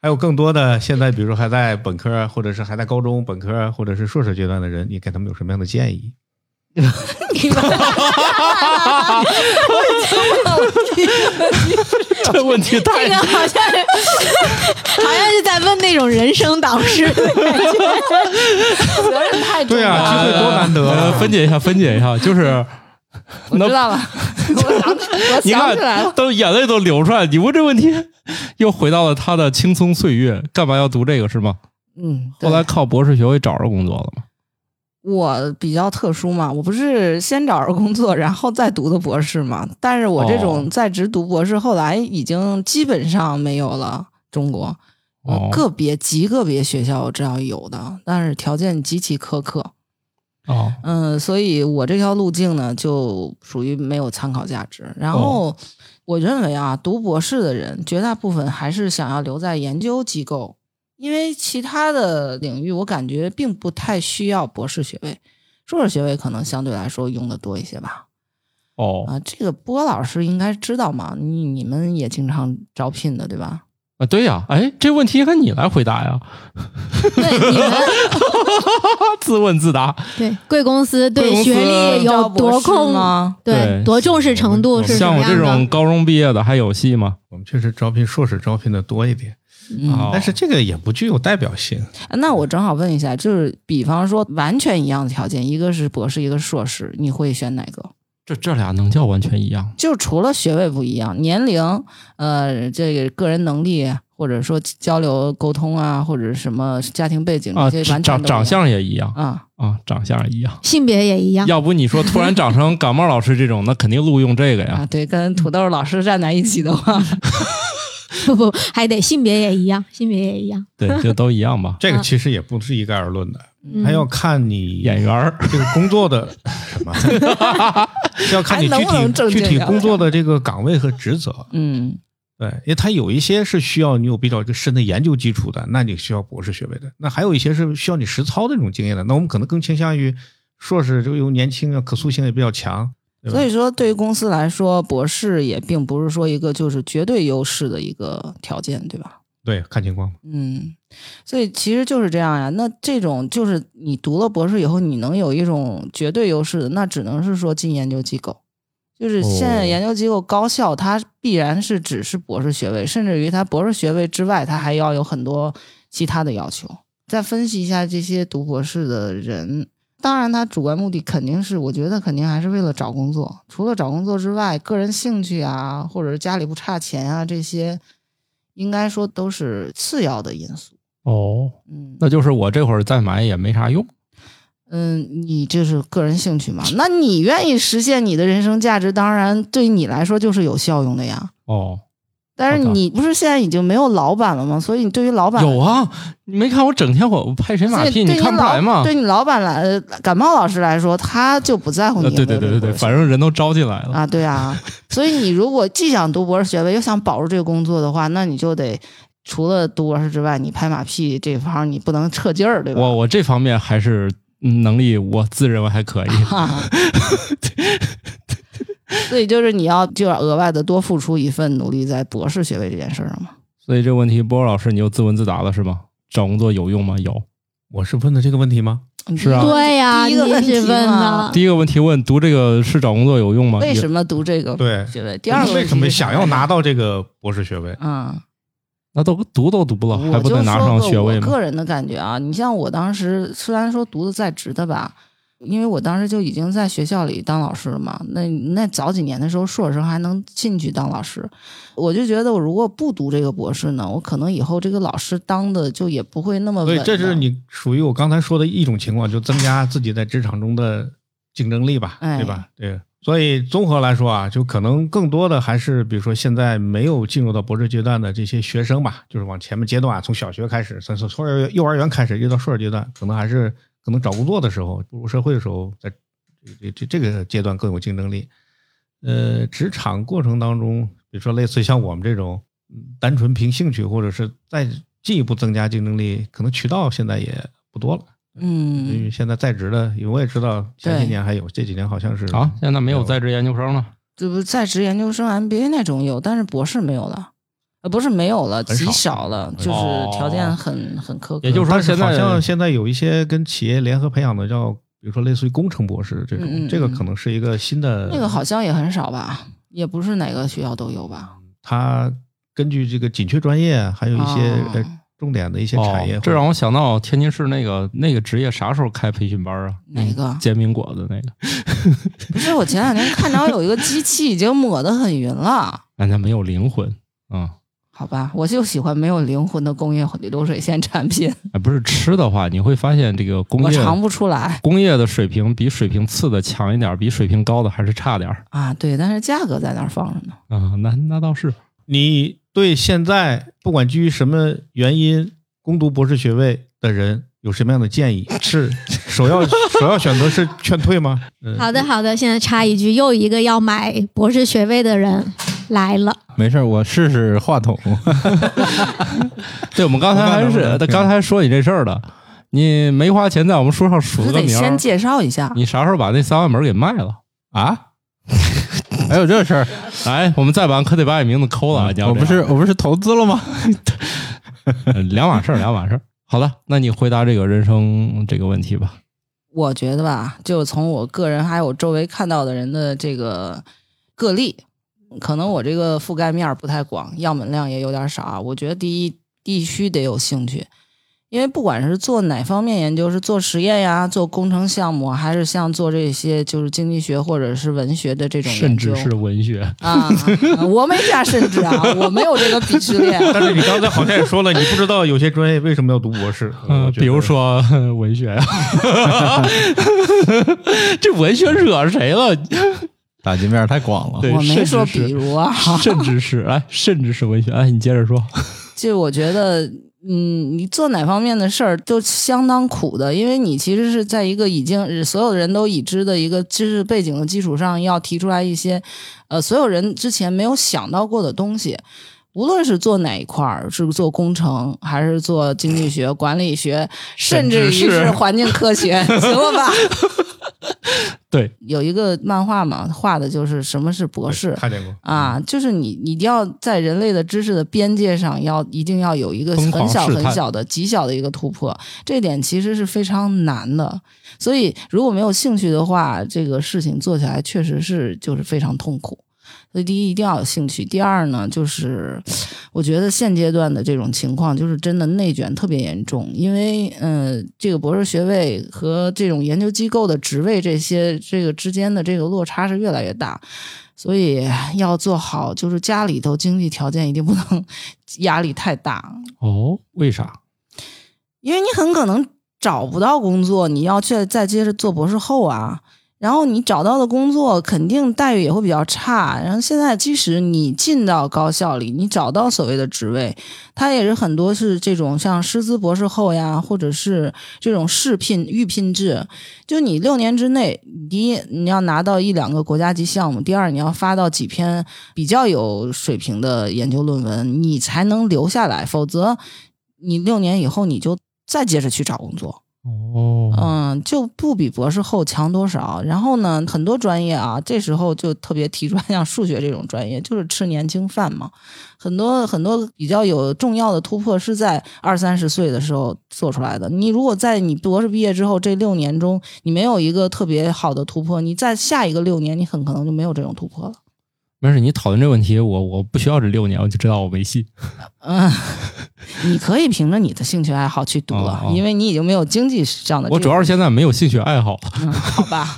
Speaker 6: 还有更多的现在，比如说还在本科，或者是还在高中本科，或者是硕士阶段的人，你给他们有什么样的建议？
Speaker 5: 你们
Speaker 1: 这问题
Speaker 5: 这
Speaker 1: 太
Speaker 5: 个好像是好像是在问那种人生导师 的感觉，
Speaker 3: 责任太重
Speaker 6: 对
Speaker 3: 了。
Speaker 6: 啊机会多难得啊
Speaker 1: 呃分解一下，分解一下，就是
Speaker 3: 我知道了，我想我
Speaker 1: 你
Speaker 3: 想起来
Speaker 1: 看
Speaker 3: 了，
Speaker 1: 都眼泪都流出来，你问这问题，又回到了他的青葱岁月，干嘛要读这个是吗？
Speaker 3: 嗯，对
Speaker 1: 后来靠博士学位找着工作了嘛？
Speaker 3: 我比较特殊嘛，我不是先找着工作， 然后再读的博士嘛。但是我这种在职读博士，后来已经基本上没有了。中国呃
Speaker 1: 哦
Speaker 3: 个别极个别学校我知道有的，但是条件极其苛刻。
Speaker 1: 哦，
Speaker 3: 嗯，所以我这条路径呢，就属于没有参考价值。然后，我认为啊，读博士的人绝大部分还是想要留在研究机构，因为其他的领域我感觉并不太需要博士学位，硕士学位可能相对来说用的多一些吧。
Speaker 1: 哦
Speaker 3: 啊，这个波老师应该知道嘛，你你们也经常招聘的对吧？
Speaker 1: 啊，对呀，哎，这问题应该你来回答呀，
Speaker 5: 对 你们
Speaker 1: 自问自答。
Speaker 5: 对贵公司
Speaker 1: 贵
Speaker 5: 对
Speaker 1: 公司
Speaker 5: 学历有
Speaker 3: 招博
Speaker 5: 多
Speaker 3: 士
Speaker 5: 控，
Speaker 3: 吗？
Speaker 5: 对
Speaker 1: 对
Speaker 5: 多重视程度是什
Speaker 1: 像
Speaker 5: 么
Speaker 1: 我这
Speaker 5: 样
Speaker 1: 种
Speaker 5: 的？
Speaker 1: 高中毕业的还有戏吗？
Speaker 6: 我们确实招聘硕士招聘的多一点，
Speaker 3: 嗯，
Speaker 1: 哦
Speaker 6: 但是这个也不具有代表性。。
Speaker 3: 那我正好问一下，就是比方说完全一样的条件，一个是博士，一个是硕士，你会选哪个？
Speaker 1: 这这俩能叫完全一样？
Speaker 3: 就除了学位不一样，年龄，呃，这个个人能力，或者说交流沟通啊，或者什么家庭背景
Speaker 1: 啊，
Speaker 3: 这些完全
Speaker 1: 长
Speaker 3: 都
Speaker 1: 长
Speaker 3: 一样
Speaker 1: 相也一样
Speaker 3: 啊，
Speaker 1: 啊，长相也一样。
Speaker 5: 性别也一样，
Speaker 1: 要不你说突然长成感冒老师这种，那肯定录用这个呀
Speaker 3: 啊，。对，跟土豆老师站在一起 的话，
Speaker 5: 不不，还得性别也一样，性别也一样。
Speaker 1: 对，就都一样吧
Speaker 6: 这个其实也不是一概而论的，
Speaker 5: 嗯
Speaker 6: 还要看你
Speaker 1: 演员儿，
Speaker 6: 这个工作的什 么，是要看你
Speaker 3: 还能
Speaker 6: 具
Speaker 3: 不能正
Speaker 6: 体具
Speaker 3: 经
Speaker 6: 体
Speaker 3: 聊
Speaker 6: 工
Speaker 3: 聊
Speaker 6: 作的这个岗位和职责。
Speaker 3: 嗯，
Speaker 6: 对，因为它有一些是需要你有比较一个深的研究基础的，那你需要博士学位的；那还有一些是需要你实操的这种经验的。那我们可能更倾向于硕士，这个又年轻啊，可塑性也比较强。对吧
Speaker 3: 所以说对于公司来说，博士也并不是说一个就是绝对优势的一个条件，对吧？
Speaker 6: 对，看情况。
Speaker 3: 嗯，所以其实就是这样呀。那这种就是你读了博士以后，你能有一种绝对优势的，那只能是说进研究机构。就是现在
Speaker 1: 哦
Speaker 3: 研究机构高校，它必然是只是博士学位，甚至于它博士学位之外，它还要有很多其他的要求。再分析一下这些读博士的人，当然他主观目的肯定是，我觉得肯定还是为了找工作。除了找工作之外，个人兴趣啊，或者是家里不差钱啊，这些应该说都是次要的因素。
Speaker 1: 哦，
Speaker 3: 嗯
Speaker 1: 那就是我这会儿再买也没啥用。
Speaker 3: 嗯，你这是个人兴趣嘛？那你愿意实现你的人生价值，当然对你来说就是有效用的呀。
Speaker 1: 哦，
Speaker 3: 但是
Speaker 1: 好的
Speaker 3: 你不是现在已经没有老板了吗？所以你对于老板
Speaker 1: 有啊，你没看我整天我我拍谁马
Speaker 3: 所以
Speaker 1: 屁，
Speaker 3: 对
Speaker 1: 你
Speaker 3: 于
Speaker 1: 看不出
Speaker 3: 老
Speaker 1: 来吗？
Speaker 3: 对你老板来，呃感冒老师来说，他就不在乎你
Speaker 1: 呃
Speaker 3: 有没
Speaker 1: 对
Speaker 3: 有
Speaker 1: 对对对
Speaker 3: 这个
Speaker 1: 对，
Speaker 3: 博士
Speaker 1: 反正人都招进来了。
Speaker 3: 啊，对啊。所以你如果既想读博士学位，又想保住这个工作的话，那你就得除了读博士之外，你拍马屁这方你不能撤劲儿，对吧？
Speaker 1: 我我这方面还是嗯能力，我自认为还可以。
Speaker 3: 哈， 所以就是你要就要额外的多付出一份努力在博士学位这件事儿上嘛。
Speaker 1: 所以这个问题，波波老师，你又自问自答了是吗？找工作有用吗？有。
Speaker 6: 我是问的这个问题吗？
Speaker 1: 是啊
Speaker 5: 嗯对呀、
Speaker 3: 第
Speaker 5: 你
Speaker 3: 一个问
Speaker 5: 是
Speaker 3: 题
Speaker 5: 问
Speaker 3: 嘛
Speaker 5: 呢，
Speaker 1: 第一个问题问，读这个是找工作有用吗？
Speaker 3: 为
Speaker 1: 也
Speaker 3: 什么读这个
Speaker 6: 对
Speaker 3: 学位？第二个
Speaker 6: 为什么想要拿
Speaker 3: 到？
Speaker 6: 到这个博士学位？
Speaker 3: 嗯，
Speaker 1: 那都读都读了，还
Speaker 3: 我
Speaker 1: 不
Speaker 3: 就
Speaker 1: 得
Speaker 3: 说
Speaker 1: 拿上
Speaker 3: 个
Speaker 1: 学位
Speaker 3: 我
Speaker 1: 吗？
Speaker 3: 个人的感觉啊，你像我当时虽然说读的在职的吧，因为我当时就已经在学校里当老师了嘛。那那早几年的时候，硕士生还能进去当老师，我就觉得我如果不读这个博士呢，我可能以后这个老师当的就也不会那么
Speaker 6: 所
Speaker 3: 稳
Speaker 6: 以
Speaker 3: 了。
Speaker 6: 这是你属于我刚才说的一种情况，就增加自己在职场中的竞争力吧，
Speaker 3: 哎
Speaker 6: 对吧？对。所以综合来说啊，就可能更多的还是比如说现在没有进入到博士阶段的这些学生吧，就是往前面阶段啊，从小学开始，从从从幼儿园幼儿园开始，一直到硕士阶段，可能还是可能找工作的时候，步入社会的时候，在这这这个阶段更有竞争力。呃，职场过程当中，比如说类似像我们这种嗯单纯凭兴趣，或者是再进一步增加竞争力，可能渠道现在也不多了。因
Speaker 3: 嗯
Speaker 6: 为现在在职的，因为我也知道前
Speaker 3: 对
Speaker 6: 些年还有，这几年好像是嗯
Speaker 1: 啊，现在没有在职研究生了。，
Speaker 3: 这不在职研究生 MBA 那种有，但是博士没有了，呃，不是没有了，
Speaker 6: 很
Speaker 3: 极
Speaker 6: 少
Speaker 3: 少了，就是条件很很苛刻。
Speaker 1: 也就是说
Speaker 6: 但是
Speaker 1: 现在
Speaker 6: 好像现在有一些跟企业联合培养的叫。比如说，类似于工程博士这
Speaker 3: 嗯
Speaker 6: 种，
Speaker 3: 嗯嗯
Speaker 6: 这个可能是一个新的。
Speaker 3: 那个好像也很少吧，也不是哪个学校都有吧。
Speaker 6: 它根据这个紧缺专业，还有一些、
Speaker 3: 哦
Speaker 6: 呃重点的一些产业，
Speaker 1: 哦，这让我想到天津市那个那个职业啥时候开培训班啊？
Speaker 3: 哪个
Speaker 1: 煎饼果子那个？
Speaker 3: 不是，我前两天看着有一个机器已经抹得很匀了，
Speaker 1: 哎，那没有灵魂啊、
Speaker 3: 好吧，我就喜欢没有灵魂的工业流水线产品，
Speaker 1: 哎，不是吃的话，你会发现这个工
Speaker 3: 我
Speaker 1: 业
Speaker 3: 尝不出来
Speaker 1: 工业的水平比水平次的强一点儿，比水平高的还是差点儿
Speaker 3: 啊。对，但是价格在那儿放着呢。
Speaker 1: 啊。那那倒是，
Speaker 6: 你对现在不管基于什么原因攻读博士学位的人有什么样的建议？是首 要首要选择是劝退吗？嗯，
Speaker 5: 好的，好的，现在插一句，又一个要买博士学位的人来了。
Speaker 2: 没事儿，我试试话筒。
Speaker 1: 对我们刚才
Speaker 2: 我看
Speaker 1: 还
Speaker 2: 能不
Speaker 1: 是
Speaker 2: 能听
Speaker 1: 刚才说你这事儿的，你没花钱在我们书上数
Speaker 3: 不是
Speaker 1: 了个
Speaker 3: 得
Speaker 1: 名
Speaker 3: 先
Speaker 1: 儿，
Speaker 3: 介绍一下，
Speaker 1: 你啥时候把那三万本儿给卖了？
Speaker 2: 啊？还有这事儿？
Speaker 1: 哎，我们再版可得把你名字抠了啊！你要
Speaker 2: 嗯我
Speaker 1: 这
Speaker 2: 不
Speaker 1: 样
Speaker 2: 是我不是投资了吗？
Speaker 1: 呃两码 事儿，两码事儿。好的，那你回答这个人生这个问题吧。
Speaker 3: 我觉得吧，就从我个人还有周围看到的人的这个个例，可能我这个覆盖面儿不太广，样本量也有点少啊。我觉得第一必须得有兴趣，因为不管是做哪方面研究，是做实验呀、做工程项目，啊还是像做这些就是经济学或者是文学的这种研
Speaker 1: 甚
Speaker 3: 究，
Speaker 1: 至是文学，
Speaker 3: 啊，我没加甚至啊，我没有这个鄙视 链。
Speaker 6: 但是你刚才好像也说了，你不知道有些专业为什么要读博士，
Speaker 1: 嗯、
Speaker 6: 我觉得
Speaker 1: 比如说 呵文 学呀、这文学惹谁 了？
Speaker 2: 打击面儿太广了。
Speaker 1: 对
Speaker 3: 我没说
Speaker 1: 甚至是
Speaker 3: 比如啊，
Speaker 1: 甚至是哎，甚至是文学，哎，你接着说。
Speaker 3: 就我觉得，嗯，你做哪方面的事儿都相当苦的，因为你其实是在一个已经所有人都已知的一个知识背景的基础上，要提出来一些，呃，所有人之前没有想到过的东西。无论是做哪一块儿，是做工程，还是做经济学、管理学，甚至于
Speaker 1: 甚至是
Speaker 3: 是环境科学， 行了吧？
Speaker 1: 对，
Speaker 3: 有一个漫画嘛，画的就是什么是博士，
Speaker 6: 看见过，
Speaker 3: 啊，
Speaker 1: 嗯
Speaker 3: 就是你你一定要在人类的知识的边界上要，一定要有一个
Speaker 1: 疯
Speaker 3: 很
Speaker 1: 狂
Speaker 3: 小
Speaker 1: 试
Speaker 3: 很
Speaker 1: 探
Speaker 3: 小的、极小的一个突破，这一点其实是非常难的。所以如果没有兴趣的话，这个事情做起来确实是就是非常痛苦。所以第一一定要有兴趣，第二呢，就是我觉得现阶段的这种情况就是真的内卷特别严重，因为嗯、呃这个博士学位和这种研究机构的职位这些这个之间的这个落差是越来越大，所以要做好，就是家里头经济条件一定不能压力太大，
Speaker 1: 哦，为啥？
Speaker 3: 因为你很可能找不到工作，你要去再接着做博士后啊。然后你找到的工作肯定待遇也会比较差。然后现在即使你进到高校里，你找到所谓的职位，它也是很多是这种像师资博士后呀，或者是这种试聘预聘制。就你六年之内，第一你要拿到一两个国家级项目，第二你要发到几篇比较有水平的研究论文，你才能留下来，否则你六年以后你就再接着去找工作。
Speaker 1: 哦，
Speaker 3: 嗯，就不比博士后强多少。然后呢，很多专业啊，这时候就特别提出来，像数学这种专业，就是吃年轻饭嘛。很多很多比较有重要的突破是在二三十岁的时候做出来的。你如果在你博士毕业之后这六年中，你没有一个特别好的突破，你在下一个六年，你很可能就没有这种突 破了。
Speaker 1: 没事，你讨论这问题，我我不需要这六年，我就知道我没戏。
Speaker 3: 嗯，你可以凭着你的兴趣爱好去读了，
Speaker 1: 哦哦
Speaker 3: 因为你已经没有经济上的这个。
Speaker 1: 我主要是现在没有兴趣爱好，
Speaker 3: 嗯、好吧，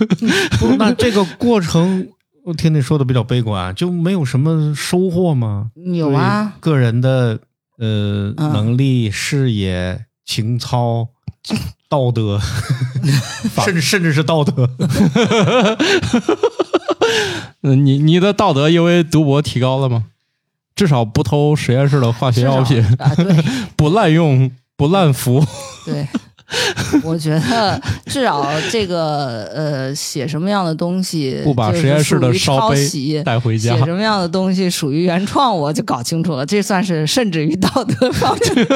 Speaker 6: 不那这个过程，我听你说的比较悲观，啊就没有什么收获吗？
Speaker 3: 有啊，
Speaker 6: 对个人的呃
Speaker 3: 嗯
Speaker 6: 能力、视野、情操、道 德，甚至甚至是道德，
Speaker 1: 嗯，你你的道德因为读博提高了吗？至少不偷实验室的化学药
Speaker 3: 至
Speaker 1: 品，
Speaker 3: 少啊，对
Speaker 1: 不滥用，不滥服。
Speaker 3: 对， 我觉得至少这个呃，写什么样的东西，
Speaker 1: 不把实验室的烧杯
Speaker 3: 写
Speaker 1: 带回家
Speaker 3: 什么样的东西属于原创，我就搞清楚了。这算是甚至于道德 方面。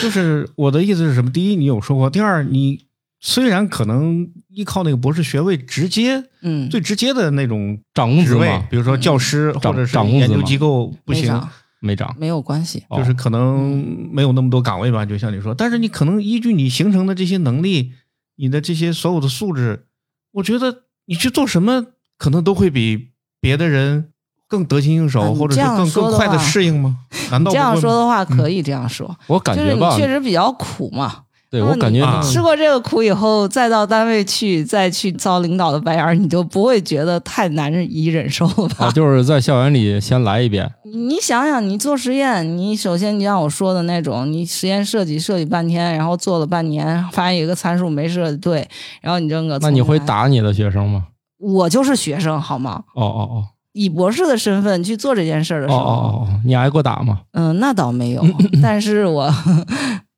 Speaker 6: 就是我的意思是什么？第一，你有收获；第二，你虽然可能依靠那个博士学位直接
Speaker 3: 嗯，
Speaker 6: 最直接的那种
Speaker 1: 涨工
Speaker 6: 职
Speaker 1: 资
Speaker 6: 位
Speaker 1: 吗，？
Speaker 6: 比如说教师或
Speaker 1: 涨
Speaker 6: 者是
Speaker 1: 涨工资
Speaker 6: 研究
Speaker 1: 吗
Speaker 6: 机构不
Speaker 3: 没
Speaker 6: 行，
Speaker 3: 啥
Speaker 1: 没涨，
Speaker 3: 没有关系。
Speaker 1: 哦
Speaker 6: 就是可能没有那么多岗位吧，就像你说，但是你可能依据你形成的这些能力，你的这些所有的素质，我觉得你去做什么，可能都会比别的人更得心应手，
Speaker 3: 啊你
Speaker 6: 或者
Speaker 3: 这
Speaker 6: 是
Speaker 3: 样
Speaker 6: 更
Speaker 3: 说
Speaker 6: 更
Speaker 3: 的
Speaker 6: 快
Speaker 3: 话
Speaker 6: 的适 应吗？难道
Speaker 3: 这样
Speaker 6: 不会
Speaker 3: 说
Speaker 6: 吗
Speaker 3: 的话，可以这样说，
Speaker 1: 我嗯感
Speaker 3: 就是
Speaker 1: 觉
Speaker 3: 你
Speaker 1: 吧，嗯
Speaker 3: 确实比较苦嘛。
Speaker 1: 对
Speaker 3: 那
Speaker 1: 我感觉
Speaker 6: 你啊
Speaker 3: 吃过这个苦以后，再到单位去，再去遭领导的白眼儿，你就不会觉得太难以忍受了吧？
Speaker 1: 啊，就是在校园里先来一遍，
Speaker 3: 你想想，你做实验，你首先你像我说的那种，你实验设计设计半天，然后做了半年，发现有一个参数没设计对，然后你扔个。
Speaker 1: 那你会？打你的学生吗？
Speaker 3: 我就是学生，好吗？
Speaker 1: 哦哦哦
Speaker 3: 以博士的身份去做这件事儿的
Speaker 1: 哦
Speaker 3: 时
Speaker 1: 哦
Speaker 3: 候，
Speaker 1: 哦哦，你挨过打 吗？
Speaker 3: 嗯，那倒没有，但是我。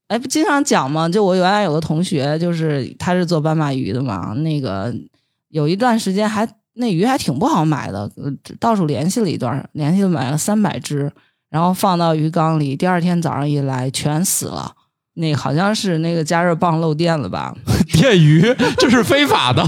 Speaker 3: 哎，不经常讲吗？就我原来有个同学，就是他是做斑马鱼的嘛，那个有一段时间还那鱼还挺不好买的，呃到处联系了一段，联系了买了三百只，然后放到鱼缸里，第二天早上一来全死了，那个好像是那个加热棒漏电了吧，
Speaker 1: 电鱼这是非法的，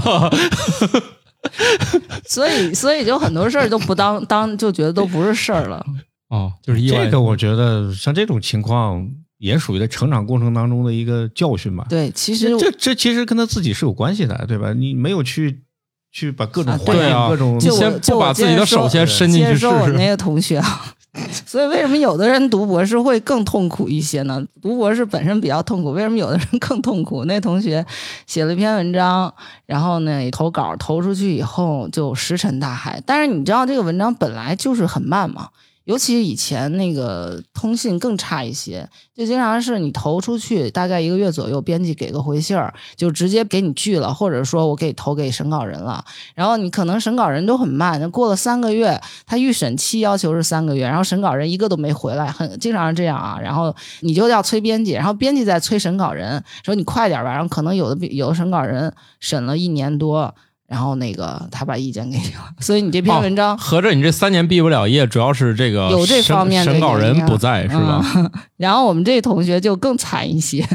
Speaker 3: 所以所以就很多事儿都不当当就觉得都不是事儿了，
Speaker 1: 哦，就是意外。
Speaker 6: 这个我觉得像这种情况也属于在成长过程当中的一个教训吧。
Speaker 3: 对，其实
Speaker 6: 这这其实跟他自己是有关系的，对吧？你没有去去把各种
Speaker 3: 啊
Speaker 6: 环
Speaker 3: 对
Speaker 6: 境、
Speaker 1: 啊
Speaker 6: 各种
Speaker 1: 你
Speaker 3: 就我
Speaker 1: 先
Speaker 3: 就
Speaker 1: 不
Speaker 3: 我
Speaker 1: 把
Speaker 3: 接
Speaker 1: 自己
Speaker 3: 着
Speaker 1: 的
Speaker 3: 说
Speaker 1: 手先伸进
Speaker 3: 接
Speaker 1: 去试
Speaker 3: 受我那
Speaker 1: 试。
Speaker 3: 个同学啊。 所以为什么有的人读博士会更痛苦一些呢？读博士本身比较痛苦，为什么有的人更痛苦？那同学写了一篇文章，然后呢也投稿投出去以后就石沉大海。但是你知道这个文章本来就是很慢嘛，尤其以前那个通信更差一些，就经常是你投出去大概一个月左右，编辑给个回信儿，就直接给你拒了，或者说我给投给审稿人了。然后你可能审稿人都很慢，那过了三个月，他预审期要求是三个月，然后审稿人一个都没回来，很经常是这样啊。然后你就要催编辑，然后编辑再催审稿人，说你快点吧。然后可能有的有的审稿人审了一年多，然后那个他把意见给你了，所以你这篇文章、
Speaker 1: 合着你这三年毕不了业，主要是这个
Speaker 3: 有这
Speaker 1: 审
Speaker 3: 方面的
Speaker 1: 审稿
Speaker 3: 原因
Speaker 1: 人
Speaker 3: 啊
Speaker 1: 不在是吧？
Speaker 3: 嗯？ 然后我们这同学就更惨一些，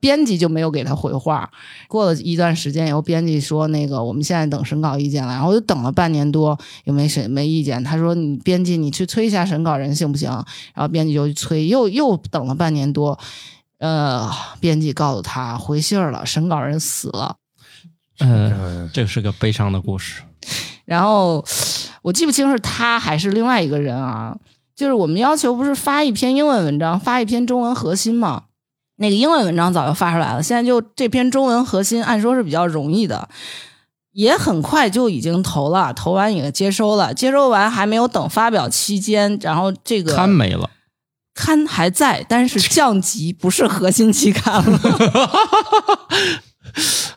Speaker 3: 编辑就没有给他回话。过了一段时间以后，编辑说那个我们现在等审稿意见了，然后我就等了半年多，也没审没意见。他说你编辑你去催一下审稿人行不行？然后编辑就去催，又又等了半年多。呃，编辑告诉他回信儿了，审稿人死了，
Speaker 1: 嗯，
Speaker 6: 呃
Speaker 1: 这是个悲伤的故事。
Speaker 3: 然后我记不清是他还是另外一个人啊，就是我们要求不是发一篇英文文章，发一篇中文核心嘛。那个英文文章早就发出来了，现在就这篇中文核心，按说是比较容易的，也很快就已经投了，投完也接收了，接收完还没有等发表期间，然后这个
Speaker 1: 刊没了，
Speaker 3: 刊还在，但是降级不是核心期刊了。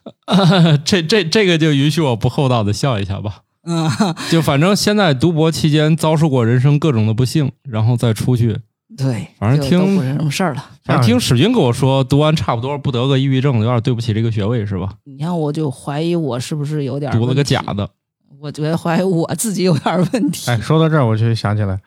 Speaker 1: 这这这个就允许我不厚道的笑一下吧。
Speaker 3: 嗯，
Speaker 1: 就反正现在读博期间遭受过人生各种的不幸，然后再出去，
Speaker 3: 对，
Speaker 1: 反正
Speaker 3: 就
Speaker 1: 听
Speaker 3: 都不是什么事儿了。
Speaker 1: 反正听史军跟我说，读完差不多不得个抑郁症，有点对不起这个学位是吧？
Speaker 3: 你看，我就怀疑我是不是有点
Speaker 1: 读了
Speaker 3: 问
Speaker 1: 个
Speaker 3: 题
Speaker 1: 假的，
Speaker 3: 我觉得怀疑我自己有点问题。
Speaker 6: 哎，说到这儿，我就想起来，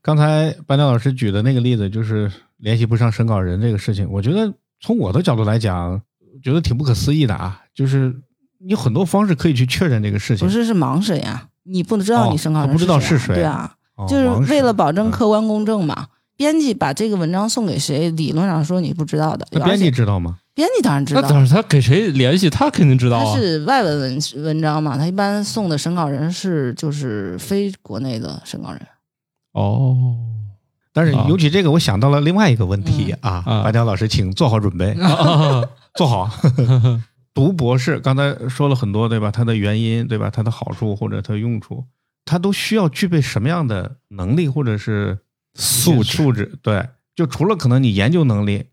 Speaker 6: 刚才班长老师举的那个例子，就是联系不上审稿人这个事情。我觉得从我的角度来讲，觉得挺不可思议的啊，就是你有很多方式可以去确认这个事情，
Speaker 3: 不是是盲审呀，你不知道
Speaker 6: 哦
Speaker 3: 你审稿
Speaker 6: 他
Speaker 3: 人
Speaker 6: 不知道是
Speaker 3: 谁啊，
Speaker 6: 谁
Speaker 3: 对啊，
Speaker 6: 哦
Speaker 3: 就是
Speaker 6: 王室
Speaker 3: 为了保证
Speaker 6: 嗯
Speaker 3: 客观公正嘛。编辑把这个文章送给谁，理论上说你不知道的，
Speaker 6: 那
Speaker 3: 而
Speaker 6: 编辑
Speaker 3: 且
Speaker 6: 知道吗？
Speaker 3: 编辑当然知
Speaker 1: 那
Speaker 3: 道，
Speaker 1: 当时他给谁联系，他肯定知道
Speaker 3: 它
Speaker 1: 啊。
Speaker 3: 是外文文文章嘛，它一般送的审稿人是就是非国内的审稿人。
Speaker 1: 哦，
Speaker 6: 但是
Speaker 1: 啊
Speaker 6: 尤其这个，我想到了另外一个问题
Speaker 3: 嗯
Speaker 6: 啊，
Speaker 1: 啊
Speaker 6: 白雕老师，请做好准备，做好。啊 读博士刚才说了很多，对吧？它的原因，对吧？它的好处或者它的用处，它都需要具备什么样的能力或者是
Speaker 2: 素质
Speaker 6: 素质？对，就除了可能你研究能力，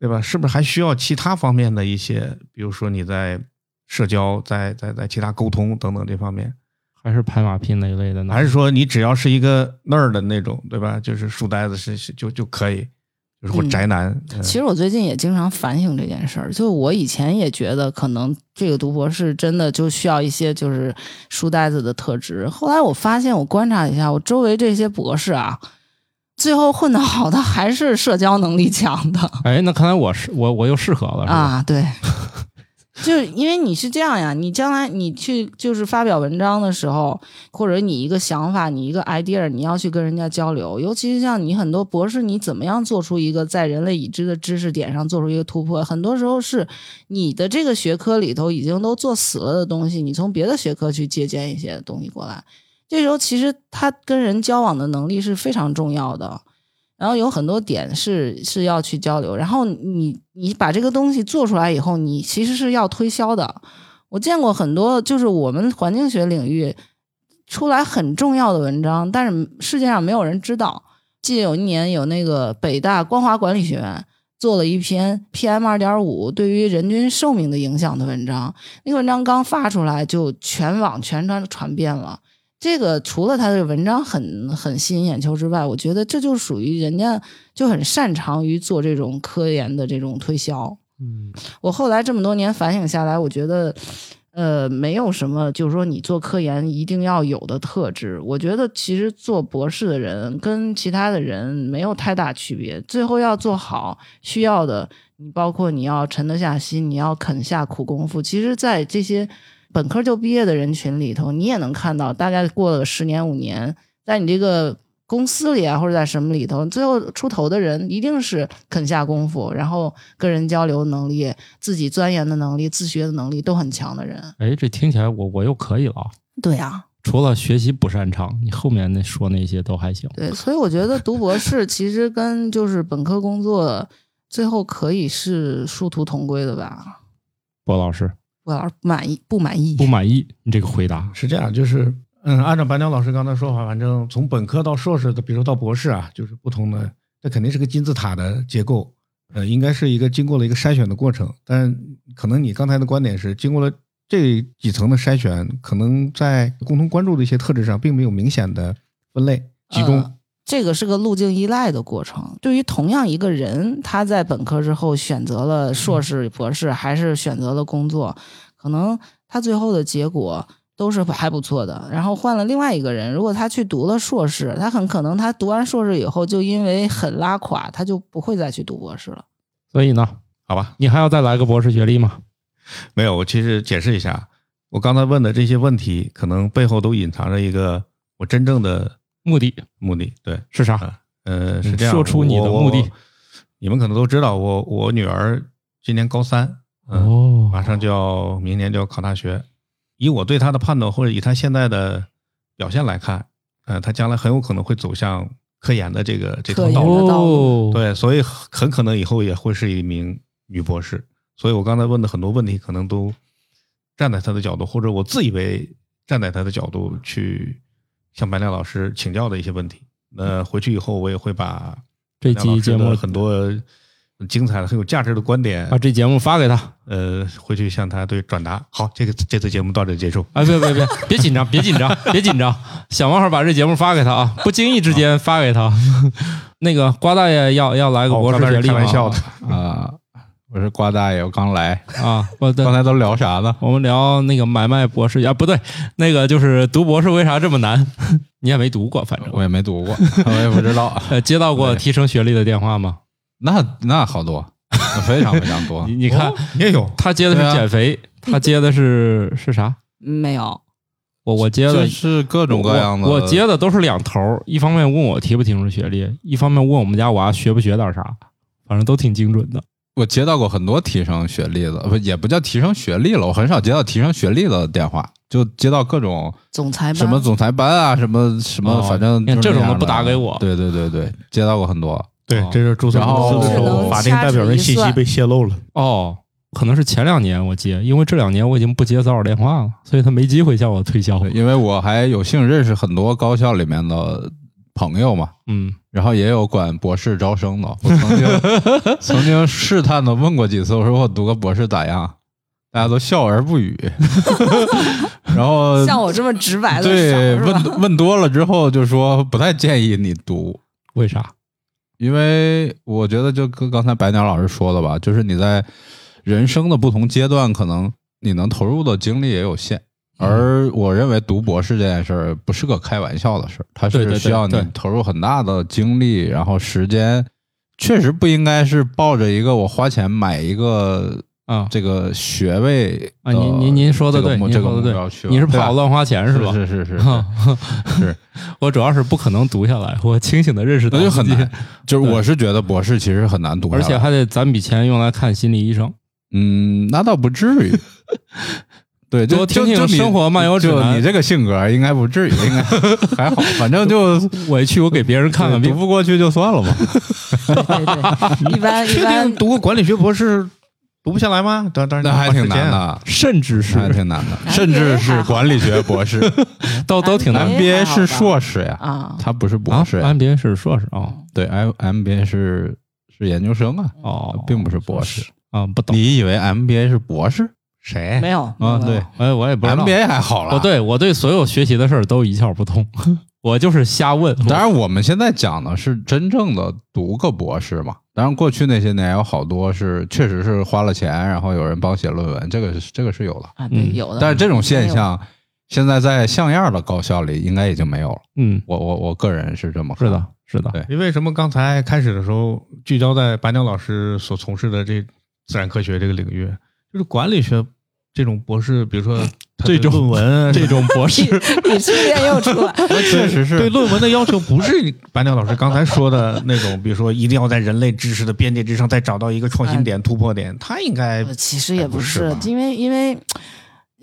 Speaker 6: 对吧？是不是还需要其他方面的一些，比如说你在社交、在在在其他沟通等等这方面？
Speaker 1: 还是拍马屁那一类
Speaker 3: 嗯
Speaker 1: 的呢？
Speaker 6: 还是说你只要是一个那儿的那种，对吧？就是书呆子是是就就可以，就是或
Speaker 3: 嗯
Speaker 6: 宅男。嗯
Speaker 3: 其实我最近也经常反省这件事儿，就我以前也觉得可能这个读博士真的就需要一些就是书呆子的特质，后来我发现我观察一下，我周围这些博士啊，最后混得好的还是社交能力强的。
Speaker 1: 哎，那看来我是我我又适合了是吧？
Speaker 3: 啊，对，就是因为你是这样呀，你将来你去就是发表文章的时候，或者你一个想法，你一个 idea，你要去跟人家交流，尤其是像你很多博士，你怎么样做出一个在人类已知的知识点上做出一个突破，很多时候是你的这个学科里头已经都做死了的东西，你从别的学科去借鉴一些东西过来。这时候其实他跟人交往的能力是非常重要的，然后有很多点是是要去交流，然后你你把这个东西做出来以后，你其实是要推销的。我见过很多，就是我们环境学领域出来很重要的文章，但是世界上没有人知道。记得有一年有那个北大光华管理学院做了一篇 PM 二点五对于人均寿命的影响的文章，那个文章刚发出来就全网全传传遍了。这个除了他的文章很很吸引眼球之外，我觉得这就属于人家就很擅长于做这种科研的这种推销。
Speaker 1: 嗯，
Speaker 3: 我后来这么多年反省下来，我觉得，呃，没有什么，就是说你做科研一定要有的特质。我觉得其实做博士的人跟其他的人没有太大区别。最后要做好需要的，你包括你要沉得下心，你要肯下苦功夫。其实，在这些本科就毕业的人群里头，你也能看到，大概过了十年五年，在你这个。公司里啊，或者在什么里头，最后出头的人一定是肯下功夫，然后跟人交流能力、自己钻研的能力、自学的能力都很强的人。
Speaker 1: 哎，这听起来我我又可以了啊。
Speaker 3: 对啊，
Speaker 1: 除了学习不擅长，你后面那说那些都还行。
Speaker 3: 对，所以我觉得读博士其实跟就是本科工作最后可以是殊途同归的吧。
Speaker 1: 博老师
Speaker 3: 我要是不满意，不满意，
Speaker 1: 不满意你这个回答，
Speaker 6: 是这样，就是嗯，按照白鸟老师刚才说法，反正从本科到硕士的，比如说到博士啊，就是不同的，这肯定是个金字塔的结构，呃，应该是一个经过了一个筛选的过程。但可能你刚才的观点是，经过了这几层的筛选，可能在共同关注的一些特质上，并没有明显的分类集中。
Speaker 3: 呃这个是个路径依赖的过程。对于同样一个人，他在本科之后选择了硕士、博士，还是选择了工作，可能他最后的结果都是还不错的。然后换了另外一个人，如果他去读了硕士，他很可能他读完硕士以后就因为很拉垮，他就不会再去读博士了。
Speaker 1: 所以呢，
Speaker 6: 好吧，
Speaker 1: 你还要再来个博士学历吗？
Speaker 6: 没有，我其实解释一下，我刚才问的这些问题，可能背后都隐藏着一个我真正的
Speaker 1: 目的
Speaker 6: 目的。对，
Speaker 1: 是啥？
Speaker 6: 呃，是
Speaker 1: 嗯
Speaker 6: 这样，
Speaker 1: 说出你的
Speaker 6: 我
Speaker 1: 目的。
Speaker 6: 我你们可能都知道，我我女儿今年高三，嗯，
Speaker 1: 哦
Speaker 6: 马上就要明年就要考大学。以我对她的判断，或者以她现在的表现来看，呃，她将来很有可能会走向科研的这个这条
Speaker 3: 科
Speaker 6: 道
Speaker 3: 研
Speaker 6: 路。
Speaker 3: 的道路
Speaker 1: 哦，
Speaker 6: 对，所以很很可能以后也会是一名女博士。所以我刚才问的很多问题，可能都站在她的角度，或者我自以为站在她的角度去向白亮老师请教的一些问题。那回去以后，我也会把
Speaker 1: 嗯这
Speaker 6: 白亮
Speaker 1: 期
Speaker 6: 老师
Speaker 1: 节
Speaker 6: 的
Speaker 1: 目啊
Speaker 6: 很多很精彩的、很有价值的观点
Speaker 1: 把，这节目发给他。
Speaker 6: 呃，回去向他对转达。好，这个这次节目到这里结束。
Speaker 1: 哎，别别别，别紧张，别紧 张，别紧张，想办法把这节目发给他啊！不经意之间发给他。 那个瓜大爷要要来个
Speaker 6: 哦
Speaker 1: 博士
Speaker 6: 刚才
Speaker 1: 学
Speaker 6: 是
Speaker 1: 历
Speaker 6: 开玩
Speaker 1: 吗？
Speaker 6: 笑的，
Speaker 2: 啊、我是瓜大爷，我 刚来，
Speaker 1: 啊，我的
Speaker 2: 刚才都聊啥呢？
Speaker 1: 我们聊那个买卖博士啊，不对，那个就是读博士为啥这么难？ 你也没读过，反正
Speaker 2: 我也没读过，我也不知道。
Speaker 1: 呃，接到过提升学历的电话吗？
Speaker 2: 那那好多， 非常非常 多
Speaker 1: 你。你看，
Speaker 6: 你也有
Speaker 1: 他接的
Speaker 2: 哦对
Speaker 1: 是
Speaker 2: 啊
Speaker 1: 减肥，他接的是是啥？
Speaker 3: 没有，
Speaker 1: 我我接
Speaker 2: 就
Speaker 1: 的
Speaker 2: 是各种各样的，
Speaker 1: 我我接的都是两头儿，一方面问我提不提升学历，一方面问我们家娃学不学点啥，反正都挺精准的。
Speaker 2: 我接到过很多提升学历的，不也不叫提升学历了，我很少接到提升学历的电话，就接到各种
Speaker 3: 总裁班
Speaker 2: 什么总裁班啊，什么什么，
Speaker 1: 哦
Speaker 2: 反正就是
Speaker 1: 这种
Speaker 2: 那样
Speaker 1: 都不打给我
Speaker 2: 对对对对，接到过很多。
Speaker 6: 对，
Speaker 1: 啊
Speaker 6: 这就是注册
Speaker 2: 然
Speaker 6: 公
Speaker 2: 后
Speaker 6: 司的时
Speaker 2: 只
Speaker 6: 候，
Speaker 2: 能
Speaker 6: 法定代表人信息被泄露了。
Speaker 1: 哦，可能是前两年我接，因为这两年我已经不接骚扰电话了，所以他没机会向我推销。
Speaker 2: 因为我还有幸认识很多高校里面的朋友嘛，
Speaker 1: 嗯，
Speaker 2: 然后也有管博士招生的。我曾 经曾经试探的问过几次，我说我读个博士咋样？大家都笑而不语。 然后
Speaker 3: 像我这么直白的
Speaker 2: 对
Speaker 3: 少是吧？
Speaker 2: 问问多了之后，就说不太建议你读，
Speaker 1: 为啥？
Speaker 2: 因为我觉得就跟刚才白鸟老师说的吧，就是你在人生的不同阶段，可能你能投入的精力也有限。
Speaker 1: 嗯
Speaker 2: 而我认为读博士这件事儿不是个开玩笑的事儿，它
Speaker 1: 对对对
Speaker 2: 是需要你
Speaker 1: 对
Speaker 2: 投入很大的精力，然后时间，确实不应该是抱着一个我花钱买一个
Speaker 1: 啊
Speaker 2: 这个学位
Speaker 1: 啊，您您您说的
Speaker 2: 呃这个
Speaker 1: 对，
Speaker 2: 目
Speaker 1: 您
Speaker 2: 这个
Speaker 1: 说
Speaker 2: 目
Speaker 1: 的
Speaker 2: 标去
Speaker 1: 对，
Speaker 2: 了，
Speaker 1: 你是
Speaker 2: 对吧
Speaker 1: 怕我乱花钱
Speaker 2: 是
Speaker 1: 吧？啊
Speaker 2: 是是是是是，
Speaker 1: 我主要是不可能读下来，我清醒的认识到
Speaker 2: 那就 很
Speaker 1: 自己
Speaker 2: 难，。就是我是觉得博士其实很难读下
Speaker 1: 而
Speaker 2: 来，
Speaker 1: 且还得攒笔钱用来看心理医生。
Speaker 2: 嗯，那倒不至于。对，就
Speaker 1: 多听听
Speaker 2: 就就你
Speaker 1: 生活漫游指
Speaker 2: 就
Speaker 1: 南
Speaker 2: 你这个性格应该不至于，应该 还好，反正 就
Speaker 1: 我去，我给别人 看看
Speaker 2: 读
Speaker 1: 病。
Speaker 2: 不过去就算了吧。
Speaker 3: 对对，一般一
Speaker 6: 确定
Speaker 3: 般
Speaker 6: 读个管理学博士读不下来吗？当当然
Speaker 2: 那还挺难
Speaker 6: 的。
Speaker 2: 的，
Speaker 1: 甚至是
Speaker 2: 那哎还挺难的，
Speaker 3: MBA
Speaker 2: 甚至是管理学博士
Speaker 1: 都都 挺难
Speaker 3: 哎还
Speaker 2: ，MBA
Speaker 3: 好吧
Speaker 2: 是硕士呀，
Speaker 3: 啊，
Speaker 2: 他不是
Speaker 1: 啊
Speaker 2: 博士呀。
Speaker 1: ，MBA 是硕士啊，
Speaker 2: 对，M MBA 是是研究生啊，
Speaker 1: 哦，
Speaker 2: 并不是博士。
Speaker 1: 啊，不懂。
Speaker 2: 你以为 MBA 是博士
Speaker 6: 谁
Speaker 3: 没有
Speaker 2: 啊？对，
Speaker 1: 哎，我也不知道。
Speaker 2: ，MBA 还好了。
Speaker 1: 我哦对我对所有学习的事儿都一窍不通， 我就是瞎问。
Speaker 2: 当然，我们现在讲的是真正的读个博士嘛。当然，过去那些年有好多是确实是花了钱，然后有人帮写论文，这个是这个是有的。
Speaker 3: 啊，对
Speaker 1: 嗯
Speaker 3: 有的，
Speaker 2: 但是这种现
Speaker 3: 没有
Speaker 2: 象，现在在像样的高校里应该已经没有了。
Speaker 1: 嗯，
Speaker 2: 我我我个人是这么看
Speaker 1: 是的，，是的，
Speaker 2: 对
Speaker 6: 你为什么刚才开始的时候聚焦在白鸟老师所从事的这自然科学这个领域？就是管理学这种博士，比如 说他对
Speaker 1: 这种
Speaker 6: 论 文，啊
Speaker 1: 这种博士
Speaker 3: 你是不是也有出来？
Speaker 2: 确实是
Speaker 6: 对论文的要求不是白鸟老师刚才说的那种，比如说一定要在人类知识的边界之上再找到一个创新点、突破点，他应该
Speaker 3: 呃 其实也
Speaker 6: 还
Speaker 3: 不
Speaker 6: 哎不是
Speaker 3: 是
Speaker 6: 吧，
Speaker 3: 因为因为，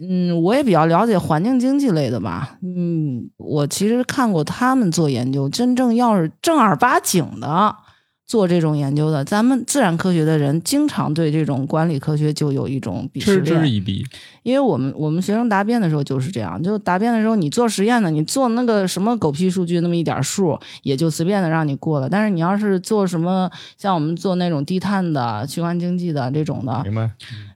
Speaker 3: 嗯，我也比较了解环境经济类的吧，嗯，我其实看过他们做研究，真正要是正儿八经的做这种研究的，咱们自然科学的人经常对这种管理科学就有一种鄙视
Speaker 1: 嗤之
Speaker 3: 链，
Speaker 1: 以鼻。
Speaker 3: 因为我们我们学生答辩的时候就是这样，就答辩的时候你做实验呢，你做那个什么狗屁数据那么一点儿数，也就随便的让你过了，但是你要是做什么像我们做那种低碳的循环经济的这种的，
Speaker 6: 明白。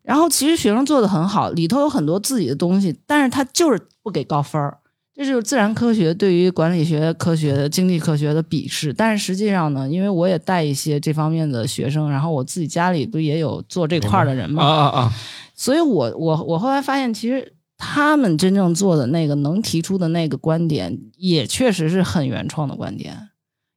Speaker 3: 然后其实学生做的很好，里头有很多自己的东西，但是他就是不给高分儿。这就是自然科学对于管理学科学、经济科学的鄙视。但是实际上呢，因为我也带一些这方面的学生，然后我自己家里不也有做这块儿的人
Speaker 1: 啊
Speaker 3: 嘛，
Speaker 1: 啊啊！
Speaker 3: 所以我我我后来发现，其实他们真正做的那个能提出的那个观点，也确实是很原创的观点，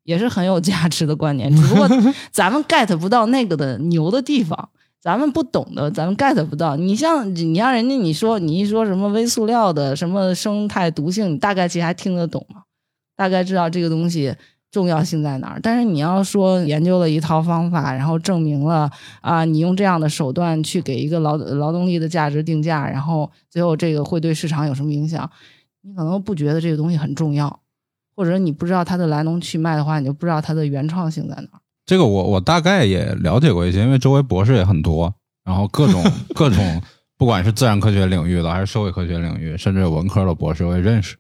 Speaker 3: 也是很有价值的观点。只不过咱们 get 不到那个的牛的地方，咱们不懂的，咱们 get 不到。你像你让人家你说你一说什么微塑料的什么生态毒性，你大概其实还听得懂吗？大概知道这个东西。重要性在哪儿？但是你要说研究了一套方法，然后证明了啊，你用这样的手段去给一个劳劳动力的价值定价，然后最后这个会对市场有什么影响？你可能不觉得这个东西很重要，或者你不知道它的来龙去脉的话，你就不知道它的原创性在哪儿。
Speaker 2: 这个我我大概也了解过一些，因为周围博士也很多，然后各 种各种，不管是自然科学领域的，还是社会科学领域，甚至文科的博士我也认识。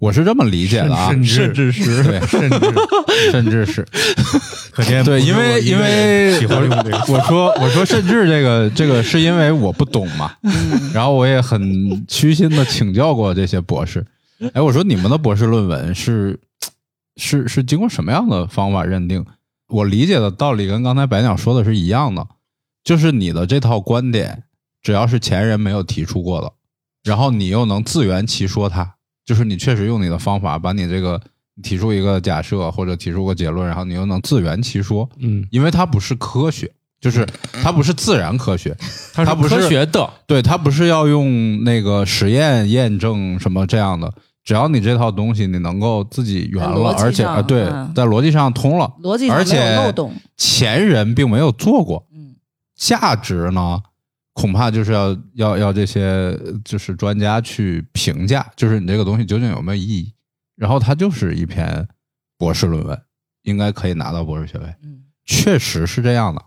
Speaker 2: 我是这么理解的啊，
Speaker 6: 甚至
Speaker 1: 甚至是
Speaker 2: 对，
Speaker 6: 甚 至
Speaker 2: 甚至是
Speaker 6: 可见不
Speaker 2: 对，
Speaker 6: 是
Speaker 2: 因
Speaker 6: 我
Speaker 2: 为
Speaker 6: 一
Speaker 2: 因
Speaker 6: 个人
Speaker 2: 为
Speaker 6: 喜欢用这个
Speaker 2: 我我说我说甚至这个这个是因为我不懂嘛，然后我也很虚心的请教过这些博士。哎，我说你们的博士论文是是是经过什么样的方法认定？我理解的道理跟刚才白鸟说的是一样的，就是你的这套观点，只要是前人没有提出过的，然后你又能自圆其说它，就是你确实用你的方法把你这个提出一个假设或者提出个结论，然后你又能自圆其说，
Speaker 1: 嗯
Speaker 2: 因为它不是科学，就是它不是自然科学，
Speaker 1: 它
Speaker 2: 它不是
Speaker 1: 科学的，
Speaker 2: 对，它不是要用那个实验验证什么这样的。只要你这套东西你能够自己圆
Speaker 3: 在逻
Speaker 2: 了，
Speaker 3: 辑
Speaker 2: 而且
Speaker 3: 上
Speaker 2: 啊，对
Speaker 3: 嗯，
Speaker 2: 在逻辑上通了，
Speaker 3: 逻辑上
Speaker 2: 而
Speaker 3: 没有
Speaker 2: 且
Speaker 3: 漏洞。
Speaker 2: 前人并没有做过，
Speaker 3: 嗯，
Speaker 2: 价值呢，恐怕就是要要要这些就是专家去评价，就是你这个东西究竟有没有意义。然后它就是一篇博士论文，应该可以拿到博士学位，
Speaker 3: 嗯
Speaker 2: 确实是这样的。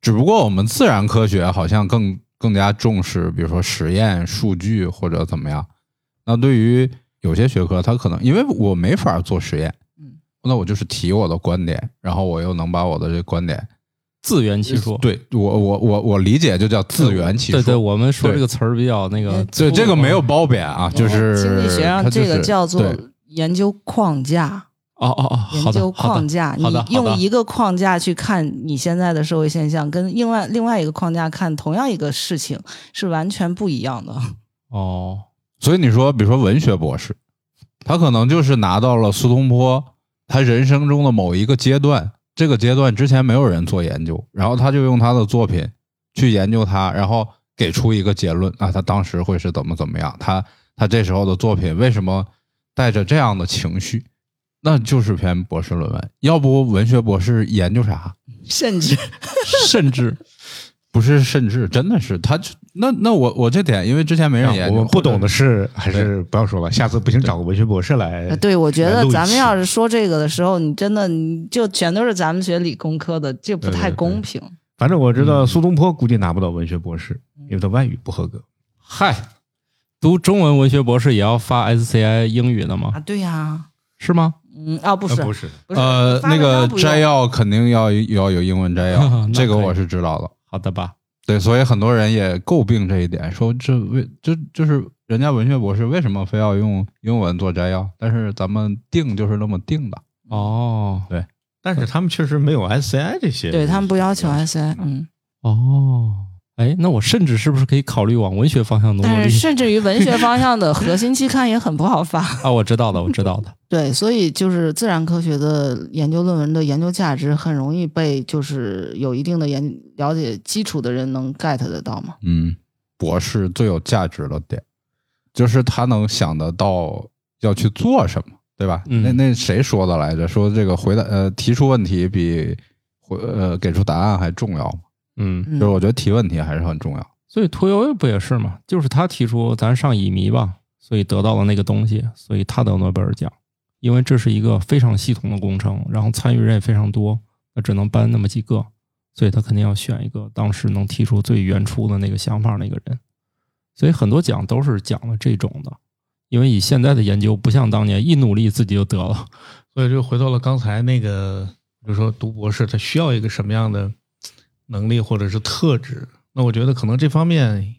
Speaker 2: 只不过我们自然科学好像更更加重视，比如说实验、数据或者怎么样。那对于有些学科，它可能因为我没法做实验，
Speaker 3: 嗯，
Speaker 2: 那我就是提我的观点，然后我又能把我的这观点
Speaker 1: 自圆其说。
Speaker 2: 对我，我我我理解就叫自圆其说。
Speaker 1: 对对，我们说
Speaker 2: 对
Speaker 1: 这个词儿比较那个
Speaker 3: 嗯，
Speaker 2: 对这个没有褒贬啊，就是
Speaker 3: 经济哦学上
Speaker 2: 它就
Speaker 3: 这
Speaker 2: 是
Speaker 3: 个叫做
Speaker 2: 对
Speaker 3: 研究框架，
Speaker 1: 哦哦哦，好
Speaker 3: 研
Speaker 1: 的
Speaker 3: 究
Speaker 1: 好
Speaker 3: 框
Speaker 1: 的，
Speaker 3: 架，你
Speaker 1: 好的好的
Speaker 3: 用一个框架去看你现在的社会现象，跟另外另外一个框架看同样一个事情是完全不一样的。
Speaker 1: 哦，
Speaker 2: 所以你说，比如说文学博士，他可能就是拿到了苏东坡他人生中的某一个阶段，这个阶段之前没有人做研究，然后他就用他的作品去研究他，然后给出一个结论啊，他当时会是怎么怎么样，他他这时候的作品为什么带着这样的情绪，那就是篇博士论文。要不文学博士研究啥？
Speaker 3: 甚至
Speaker 1: 甚至
Speaker 2: 不是，甚至真的是他就那那我我这点，因为之前没人研
Speaker 6: 我
Speaker 2: 究，
Speaker 6: 们不懂的
Speaker 2: 或者
Speaker 6: 事还是不要说了，下次不行找个文学博士来。
Speaker 3: 呃对，我觉
Speaker 6: 哎来
Speaker 3: 得
Speaker 6: 录一
Speaker 3: 咱们
Speaker 6: 期
Speaker 3: 要是说这个的时候，你真的你就全都是咱们学理工科的，这不
Speaker 6: 对对
Speaker 3: 太
Speaker 6: 对
Speaker 3: 公平。
Speaker 6: 反正我知道苏东坡估计拿不到文学博士，因为他外语不合格。
Speaker 1: 嗨，读中文文学博士也要发 SCI 英语的吗
Speaker 3: 啊，？对呀、
Speaker 1: 是吗？
Speaker 3: 嗯啊，不是、
Speaker 6: 呃是，
Speaker 3: 不是
Speaker 2: 呃，
Speaker 3: 发
Speaker 2: 那
Speaker 3: 文章
Speaker 2: 个
Speaker 3: 不用
Speaker 2: 摘要肯定要要有英文摘要，
Speaker 1: 那
Speaker 2: 这个
Speaker 1: 可以
Speaker 2: 我是知道的。
Speaker 1: 好的吧，
Speaker 2: 对，所以很多人也诟病这一点，说这为就就是人家文学博士为什么非要用英文做摘要？但是咱们定就是那么定的。
Speaker 1: 哦
Speaker 6: 但是他们确实没有 SCI 这些。
Speaker 3: 嗯对他们不要求 SI，嗯，
Speaker 1: 哦，哎，那我甚至是不是可以考虑往文学方向嗯努努
Speaker 3: 但
Speaker 1: 力
Speaker 3: 哎是甚至于文学方向的核心期刊也很不好发。
Speaker 1: 啊？我知道的，我知道的。
Speaker 3: 对，所以就是自然科学的研究论文的研究价值很容易被就是有一定的研了解基础的人能 get 得到嘛。
Speaker 2: 嗯，博士最有价值的点就是他能想得到要去做什么，对吧？
Speaker 1: 嗯
Speaker 2: 那那谁说的来着？说这个回答呃提出问题比回呃给出答案还重要嘛
Speaker 1: 嗯，
Speaker 2: 就是
Speaker 3: 嗯，
Speaker 2: 我觉得提问题还是很重要。
Speaker 1: 所以屠呦呦不也是嘛？就是他提出咱上乙醚吧，所以得到了那个东西，所以他得诺贝尔奖，因为这是一个非常系统的工程，然后参与人也非常多，那只能颁那么几个，所以他肯定要选一个当时能提出最原初的那个想法那个人。所以很多奖都是讲了这种的，因为以现在的研究，不像当年一努力自己就得了。
Speaker 6: 所以就回到了刚才那个，比如说读博士，他需要一个什么样的能力或者是特质？那我觉得可能这方面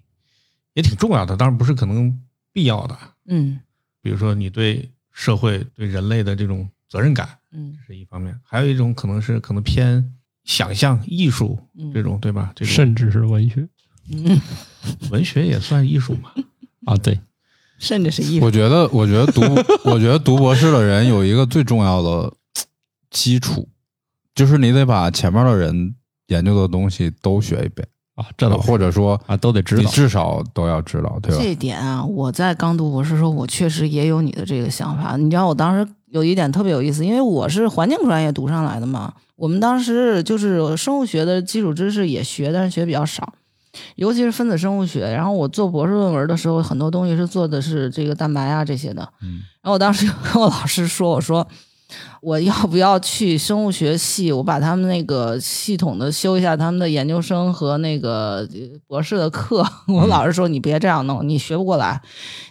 Speaker 6: 也挺重要的，当然不是可能必要的。
Speaker 3: 嗯
Speaker 6: 比如说你对社会、对人类的这种责任感
Speaker 3: 嗯
Speaker 6: 这是一方面，还有一种可能是可能偏想象、艺术
Speaker 3: 嗯
Speaker 6: 这种，对吧？这种
Speaker 1: 甚至是文学
Speaker 3: 嗯，
Speaker 6: 文学也算艺术嘛？
Speaker 1: 啊，对，
Speaker 3: 甚至是 艺术
Speaker 2: 我觉得，我觉得 读，我觉得读博士的人有一个最重要的基础，就是你得把前面的人研究的东西都学一遍，
Speaker 1: 啊，这倒
Speaker 2: 或
Speaker 1: 者
Speaker 2: 者说
Speaker 1: 啊都得知
Speaker 2: 你
Speaker 1: 道
Speaker 2: 至少都要知道，对吧
Speaker 3: 这？一点啊，我在刚读博士的时候，我确实也有你的这个想法。你知道我当时有一点特别有意思，因为我是环境专业读上来的嘛，我们当时就是生物学的基础知识也学，但是学比较少，尤其是分子生物学。然后我做博士论文的时候，很多东西是做的是这个蛋白啊这些的。
Speaker 2: 嗯
Speaker 3: 然后我当时就跟我老师说，我说。我要不要去生物学系？我把他们那个系统的修一下，他们的研究生和那个呃博士的课。
Speaker 2: 嗯
Speaker 3: 我老师说你别这样弄，你学不过来，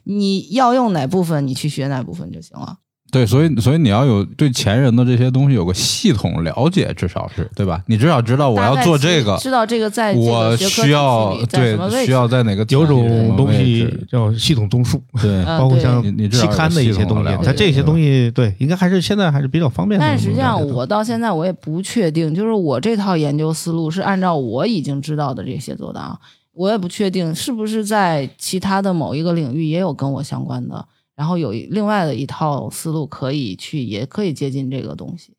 Speaker 3: 你要用哪部分你去学哪部分就行了。
Speaker 2: 对，所以所以你要有对前人的这些东西有个系统了解，至少是对吧？你至少知道我
Speaker 3: 大
Speaker 2: 要
Speaker 3: 概
Speaker 2: 做
Speaker 3: 知
Speaker 2: 这个，
Speaker 3: 知道这个在这
Speaker 2: 我
Speaker 3: 个学科
Speaker 2: 需要
Speaker 3: 体系里在什么
Speaker 2: 对
Speaker 3: 位
Speaker 2: 需
Speaker 3: 置。
Speaker 2: 要在哪个体系什
Speaker 6: 有种
Speaker 2: 么
Speaker 6: 东
Speaker 2: 位
Speaker 6: 西
Speaker 2: 置
Speaker 6: 叫系统综述，
Speaker 2: 对
Speaker 3: 呃
Speaker 6: 包括
Speaker 3: 对
Speaker 6: 像
Speaker 2: 你你至少
Speaker 6: 期
Speaker 2: 有
Speaker 6: 刊的一些
Speaker 2: 系
Speaker 6: 东
Speaker 2: 统
Speaker 6: 西
Speaker 2: 了，解
Speaker 6: 它这些东西对应该还是现在还是比较方便的。
Speaker 3: 但实际上，
Speaker 6: 对吧
Speaker 3: 我到现在我也不确定，就是我这套研究思路是按照我已经知道的这些做的啊，我也不确定是不是在其他的某一个领域也有跟我相关的，然后有一另外的一套思路可以去，也可以接近这个东西。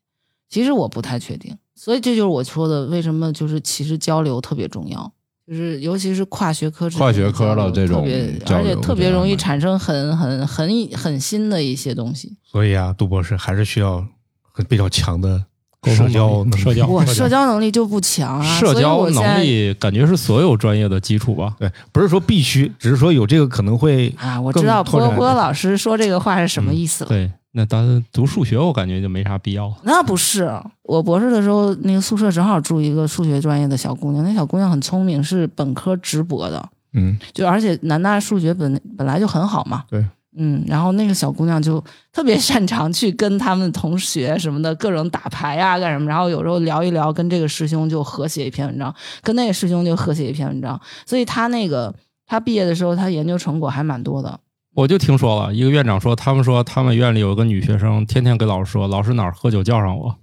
Speaker 3: 其实我不太确定，所以这就是我说的，为什么就是其实交流特别重要，就是尤其是跨学科之间
Speaker 2: 跨学科了
Speaker 3: 的
Speaker 2: 这种
Speaker 3: 特别
Speaker 2: 交
Speaker 3: 而
Speaker 2: 流
Speaker 3: 且特别
Speaker 2: 这样
Speaker 3: 容易
Speaker 2: 的
Speaker 3: 产生很很很很新的一些东西。
Speaker 6: 所以啊，杜博士还是需要很比较强的
Speaker 1: 沟
Speaker 6: 社
Speaker 1: 通
Speaker 6: 交
Speaker 1: 能力
Speaker 6: 能
Speaker 1: 社
Speaker 6: 力
Speaker 1: 交
Speaker 3: 我社交能力就不强啊，
Speaker 1: 社
Speaker 3: 所以
Speaker 1: 交
Speaker 3: 我现
Speaker 1: 能
Speaker 3: 在
Speaker 1: 力感觉是所有专业的基础吧？
Speaker 6: 对，不是说必须，只是说有这个可能会
Speaker 3: 啊，我
Speaker 6: 更
Speaker 3: 知道
Speaker 6: 拓
Speaker 3: 波
Speaker 6: 展
Speaker 3: 波老师说这个话是
Speaker 1: 嗯
Speaker 3: 什么意思了。
Speaker 1: 对，那咱读数学，我感觉就没啥必要。
Speaker 3: 那不是，我博士的时候，那个宿舍正好住一个数学专业的小姑娘，那小姑娘很聪明，是本科直博的，
Speaker 6: 嗯，
Speaker 3: 就而且南大数学本本来就很好嘛。
Speaker 6: 对。
Speaker 3: 嗯，然后那个小姑娘就特别擅长去跟他们同学什么的各种打牌啊，干什么，然后有时候聊一聊，跟这个师兄就合写一篇文章，跟那个师兄就合写一篇文章，所以她那个她毕业的时候，她研究成果还蛮多的。
Speaker 1: 我就听说了一个院长说，他们说他们院里有个女学生，天天给老师说，老师哪儿喝酒叫上我。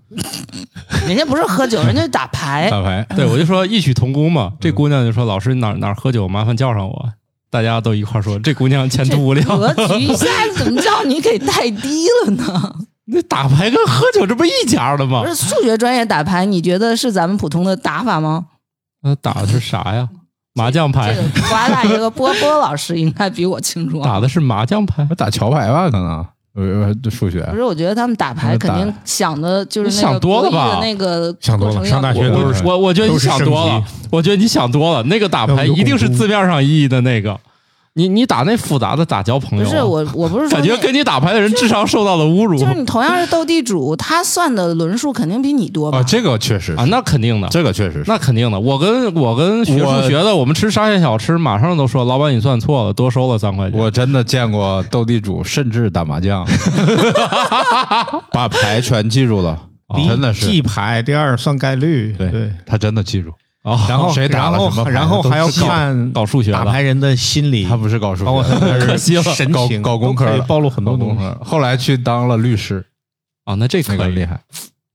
Speaker 3: 人家不是喝酒，人家是打牌。
Speaker 2: 打牌，
Speaker 1: 对我就说异曲同工嘛。这姑娘就说，老师哪儿哪儿喝酒，麻烦叫上我。大家都一块儿说，这姑娘前途无量。
Speaker 3: 格局一下子怎么叫你给带低了呢？
Speaker 1: 那打牌跟喝酒这不一家的吗
Speaker 3: 不？是数学专业打牌，你觉得是咱们普通的打法吗？
Speaker 1: 那打的是啥呀？麻将
Speaker 3: 这
Speaker 1: 牌，
Speaker 3: 个华大一个波波老师应该比我清楚啊。
Speaker 1: 打的是麻将牌
Speaker 2: 我。打桥牌吧，可能呃呃数学
Speaker 3: 不是，我觉得他们打牌肯定想的就是那
Speaker 1: 你
Speaker 3: 个
Speaker 1: 想多了吧
Speaker 3: 博弈的那个
Speaker 6: 想多了
Speaker 3: 过程要
Speaker 6: 上大学
Speaker 2: 都
Speaker 1: 我
Speaker 2: 是
Speaker 1: 我我觉得你
Speaker 6: 都是
Speaker 1: 想多
Speaker 6: 升
Speaker 1: 了
Speaker 6: 级，
Speaker 1: 我觉得你想多了。那个打牌
Speaker 6: 要有
Speaker 1: 一定是
Speaker 6: 恐怖
Speaker 1: 字面上意义的那个，你你打那复杂的打交朋
Speaker 3: 不
Speaker 1: 友、啊，
Speaker 3: 是我，我不是说
Speaker 1: 感觉
Speaker 3: 那
Speaker 1: 跟你打牌的人智商受到了侮辱
Speaker 3: 就是你同样是斗地主，他算的轮数肯定比你多吧？
Speaker 2: 啊，这个确实
Speaker 1: 啊，那肯定的，
Speaker 2: 这个确实是
Speaker 1: 那肯定的。我跟我跟学数学的，我们吃沙县小吃，马上都说老板你算错了，多收了三块钱。
Speaker 2: 我真的见过斗地主，甚至打麻将， 把牌全记住了，
Speaker 1: 啊
Speaker 6: 第一
Speaker 1: 哦
Speaker 2: 真的是
Speaker 6: 记牌，第二算概率，
Speaker 2: 对
Speaker 6: 对。
Speaker 2: 他真的记住。
Speaker 1: 啊，
Speaker 6: 然后
Speaker 2: 谁打了
Speaker 6: 然
Speaker 2: 什
Speaker 1: 哎
Speaker 2: 么
Speaker 6: 后
Speaker 2: 牌
Speaker 6: 然后
Speaker 2: 都
Speaker 6: 还要
Speaker 2: 知道
Speaker 6: 看
Speaker 1: 搞数学
Speaker 6: 打
Speaker 1: 的
Speaker 6: 牌人的心理，
Speaker 2: 他不是搞数
Speaker 6: 包括
Speaker 2: 学
Speaker 6: 他
Speaker 2: 的，
Speaker 6: 的
Speaker 1: 可惜了
Speaker 6: 神
Speaker 2: 搞
Speaker 6: 情
Speaker 2: 搞工科
Speaker 6: 都可以
Speaker 2: 的
Speaker 6: 暴露很多
Speaker 2: 搞工
Speaker 6: 东西。
Speaker 2: 科。后来去当了律师，
Speaker 1: 啊，那这
Speaker 2: 那个
Speaker 1: 可
Speaker 2: 厉
Speaker 1: 以，
Speaker 2: 害。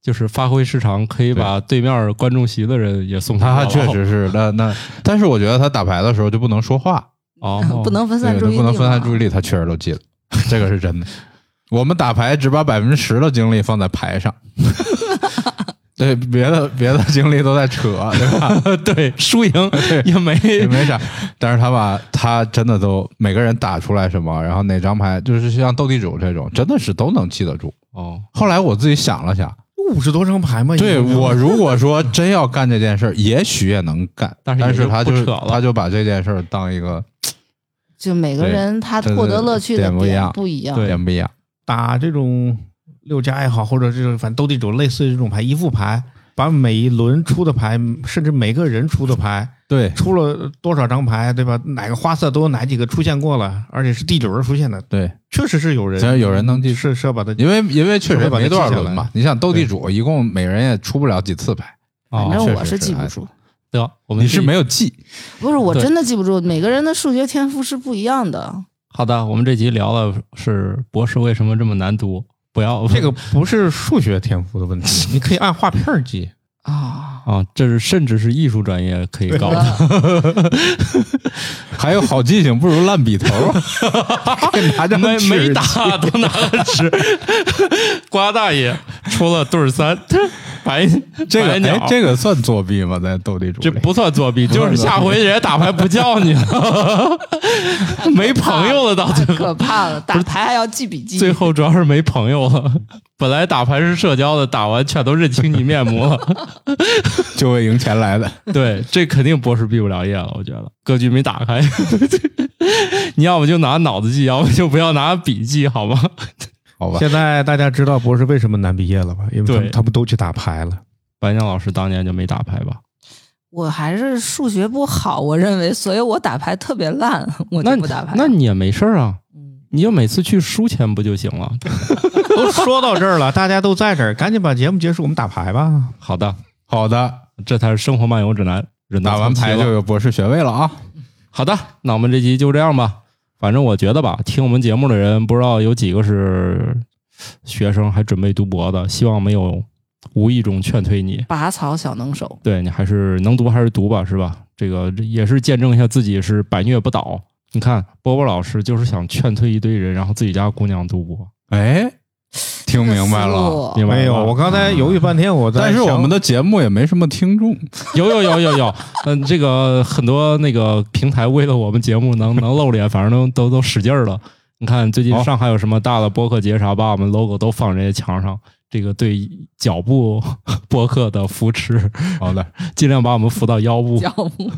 Speaker 1: 就是发挥失常，可以把对面观众席的人也送
Speaker 2: 他
Speaker 1: 上
Speaker 2: 确
Speaker 1: 了
Speaker 2: 实是，那那，但是我觉得他打牌的时候就不能说话，
Speaker 1: 哦，
Speaker 3: 不能分散
Speaker 2: 对
Speaker 3: 注
Speaker 2: 他
Speaker 3: 意力
Speaker 2: 不能分散注
Speaker 3: 力。
Speaker 2: 意力，他确实都记了，这个是真的。我们打牌只把百分之十的精力放在牌上， 对别的别的精力都在扯，对吧？
Speaker 1: 对 输赢也没
Speaker 2: 也 没啥，但是他把他真的都每个人打出来什么，然后哪张牌，就是像斗地主这种，真的是都能记得住。
Speaker 1: 哦，
Speaker 2: 后来我自己想了想，
Speaker 6: 五十多张牌
Speaker 1: 哎
Speaker 6: 嘛，
Speaker 2: 对
Speaker 6: 一共
Speaker 2: 我如果说真要干这件事儿，也许也能干，
Speaker 1: 但
Speaker 2: 但
Speaker 1: 是也就
Speaker 2: 他就
Speaker 1: 不扯了
Speaker 2: 他就把这件事儿当一个
Speaker 3: 就每个人他获得乐趣的
Speaker 2: 点不一样
Speaker 3: 不一样。
Speaker 1: 对
Speaker 2: 点不一样。
Speaker 6: 打这种六家也好，或者这种反正斗地主类似这种牌，一副牌，把每一轮出的牌，甚至每个人出的牌，
Speaker 2: 对，
Speaker 6: 出了多少张牌，对吧？哪个花色都有哪几个出现过了，而且是第九轮出现的，
Speaker 2: 对，
Speaker 6: 确实是有人，
Speaker 2: 只要有人能记住
Speaker 6: 是是要把它
Speaker 2: 因为因为确
Speaker 6: 就
Speaker 2: 实
Speaker 6: 会把它
Speaker 2: 没多少
Speaker 6: 记下
Speaker 2: 轮
Speaker 6: 来
Speaker 2: 嘛，你想斗地主一共每人也出不了几次牌，
Speaker 3: 反
Speaker 1: 哦
Speaker 3: 正
Speaker 2: 确
Speaker 3: 我
Speaker 2: 实
Speaker 3: 是
Speaker 2: 是哎
Speaker 3: 记不
Speaker 2: 还
Speaker 3: 住，
Speaker 1: 得我们
Speaker 2: 你是
Speaker 1: 这
Speaker 2: 没有记，
Speaker 3: 不是我
Speaker 1: 对
Speaker 3: 真的记不住，每个人的数学天赋是不一样的。
Speaker 1: 好的，我们这集聊的是博士为什么这么难读，不要
Speaker 6: 这个不是数学天赋的问题，你可以按画片儿记。
Speaker 3: 啊、
Speaker 1: 啊，这是甚至是艺术专业可以搞的。
Speaker 2: 还有好记性不如烂笔头， 拿张
Speaker 1: 没
Speaker 2: 纸
Speaker 1: 没
Speaker 2: 记
Speaker 1: 打都拿了纸， 瓜大爷出了对儿三，白
Speaker 2: 这个
Speaker 1: 白鸟
Speaker 2: 哎，这个算作弊吗？在斗地主
Speaker 1: 这
Speaker 2: 里
Speaker 1: 不算作 弊，就是下回人家打牌不叫你了， 没朋友了到最
Speaker 3: 太
Speaker 1: 后。
Speaker 3: 可怕了！打牌还要记笔记，
Speaker 1: 最后主要是没朋友了，本来打牌是社交的，打完全都认清你面目了。
Speaker 2: 就为赢钱 来的，
Speaker 1: 对，这肯定博士毕不了业了，我觉得格局没打 开。你要么就拿脑子记，要么就不要拿笔记，好吗？
Speaker 2: 好吧？
Speaker 6: 现在大家知道博士为什么难毕业了吧？因为他
Speaker 1: 对
Speaker 6: 们他们都去打牌 了。
Speaker 1: 白鸟老师当年就没打牌吧？
Speaker 3: 我还是数学不好，我认为，所以我打牌特别烂， 我
Speaker 1: 那
Speaker 3: 就
Speaker 1: 你
Speaker 3: 不打牌。
Speaker 1: 那你也没事儿啊，
Speaker 3: 嗯
Speaker 1: 你就每次去输钱不就行了？
Speaker 6: 都说到这儿了，大家都在这儿，赶紧把节目结束，我们打牌吧。
Speaker 1: 好的，
Speaker 2: 好的，
Speaker 1: 这才是生活漫游指南。忍到
Speaker 2: 打完
Speaker 1: 凑齐
Speaker 2: 牌
Speaker 1: 了
Speaker 2: 就有博士学位了啊！
Speaker 1: 好的，那我们这集就这样吧。反正我觉得吧，听我们节目的人不知道有几个是学生还准备读博的，希望没有无意中劝退你，
Speaker 3: 拔草小能 手，
Speaker 1: 对你还是能读还是读吧，是吧？这个也是见证一下自己是百虐不倒。你看，波波老师就是想劝退一堆人，然后自己家姑娘读博，
Speaker 2: 哎，听明白了。
Speaker 3: 了
Speaker 1: 明白
Speaker 6: 没有，我刚才犹豫半天，我在
Speaker 2: 但是我
Speaker 6: 想
Speaker 2: 们的节目也没什么听众，
Speaker 1: 有有有有有，嗯，这个很多那个平台为了我们节目能 能露脸，反正都都都使劲儿了。你看最近
Speaker 2: 好
Speaker 1: 上海有什么大的播客节啥，把我们 logo 都放人家墙上，这个对脚部 播客的扶持，
Speaker 2: 好的，
Speaker 1: 尽量把我们扶到腰部，
Speaker 3: 脚步，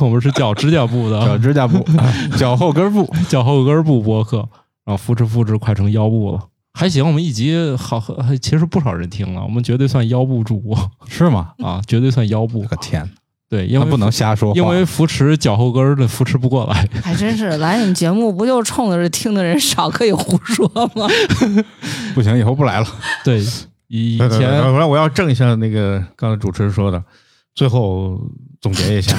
Speaker 1: 我们是脚指甲部
Speaker 2: 脚
Speaker 1: 的，
Speaker 2: 指 甲部、脚后跟部，
Speaker 1: 脚后跟部播客，然后扶持扶持，快成腰部了。还行，我们一集好，还其实不少人听了，我们绝对算腰部主播
Speaker 2: 是吗？
Speaker 1: 啊，绝对算腰部
Speaker 2: 我。天，
Speaker 1: 对，因
Speaker 2: 那
Speaker 1: 为
Speaker 2: 不能瞎说话，
Speaker 1: 因为扶持脚后跟儿的扶持不过来，
Speaker 3: 还真是来你们节目不就冲着这听的人少可以胡说 吗？
Speaker 2: 不行，以后不来了。
Speaker 1: 对，以
Speaker 6: 对对对
Speaker 1: 前
Speaker 6: 我要我要正一下那个刚才主持人说的，最后总结一 下，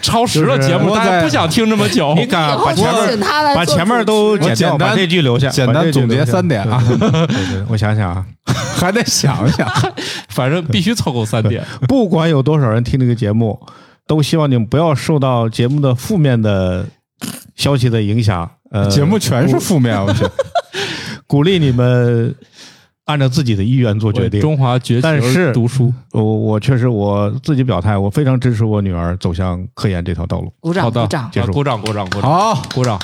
Speaker 1: 超时了
Speaker 6: 就是
Speaker 1: 节目，
Speaker 2: 我
Speaker 1: 大家
Speaker 2: 在
Speaker 1: 不想听这么久。
Speaker 6: 你敢啊把前
Speaker 3: 我请
Speaker 6: 面
Speaker 3: 他来
Speaker 6: 哦把
Speaker 3: 做
Speaker 6: 前
Speaker 3: 主
Speaker 6: 面
Speaker 3: 持
Speaker 6: 都
Speaker 3: 人
Speaker 6: 剪掉，
Speaker 2: 我简单
Speaker 6: 把这句留下，
Speaker 2: 简单
Speaker 6: 把这句
Speaker 2: 总结
Speaker 6: 留下
Speaker 2: 三点啊
Speaker 6: 对对对对对我想想啊，
Speaker 2: 还得想想。
Speaker 1: 反正必须凑够三点。
Speaker 6: 不管有多少人听这个节目，都希望你们不要受到节目的负面的消息的影响。呃，
Speaker 2: 节目全是负面，我去，
Speaker 6: 鼓励你们按照自己的意愿做决定。
Speaker 1: 中华崛起
Speaker 6: 但
Speaker 1: 而
Speaker 6: 是
Speaker 1: 读书，
Speaker 6: 我我确实我自己表态，我非常支持我女儿走向科研这条道路。
Speaker 3: 鼓掌
Speaker 1: 好的
Speaker 3: 鼓，掌，
Speaker 6: 结束
Speaker 1: 啊鼓掌，鼓掌，鼓掌，
Speaker 2: 好，
Speaker 1: 鼓掌，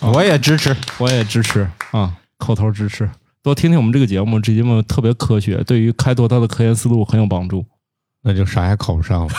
Speaker 2: 我也支持。
Speaker 1: 我也支持啊，口头支持。多听听我们这个节目，这节目特别科学，对于开拓他的科研思路很有帮助。
Speaker 6: 那就啥也考不上了。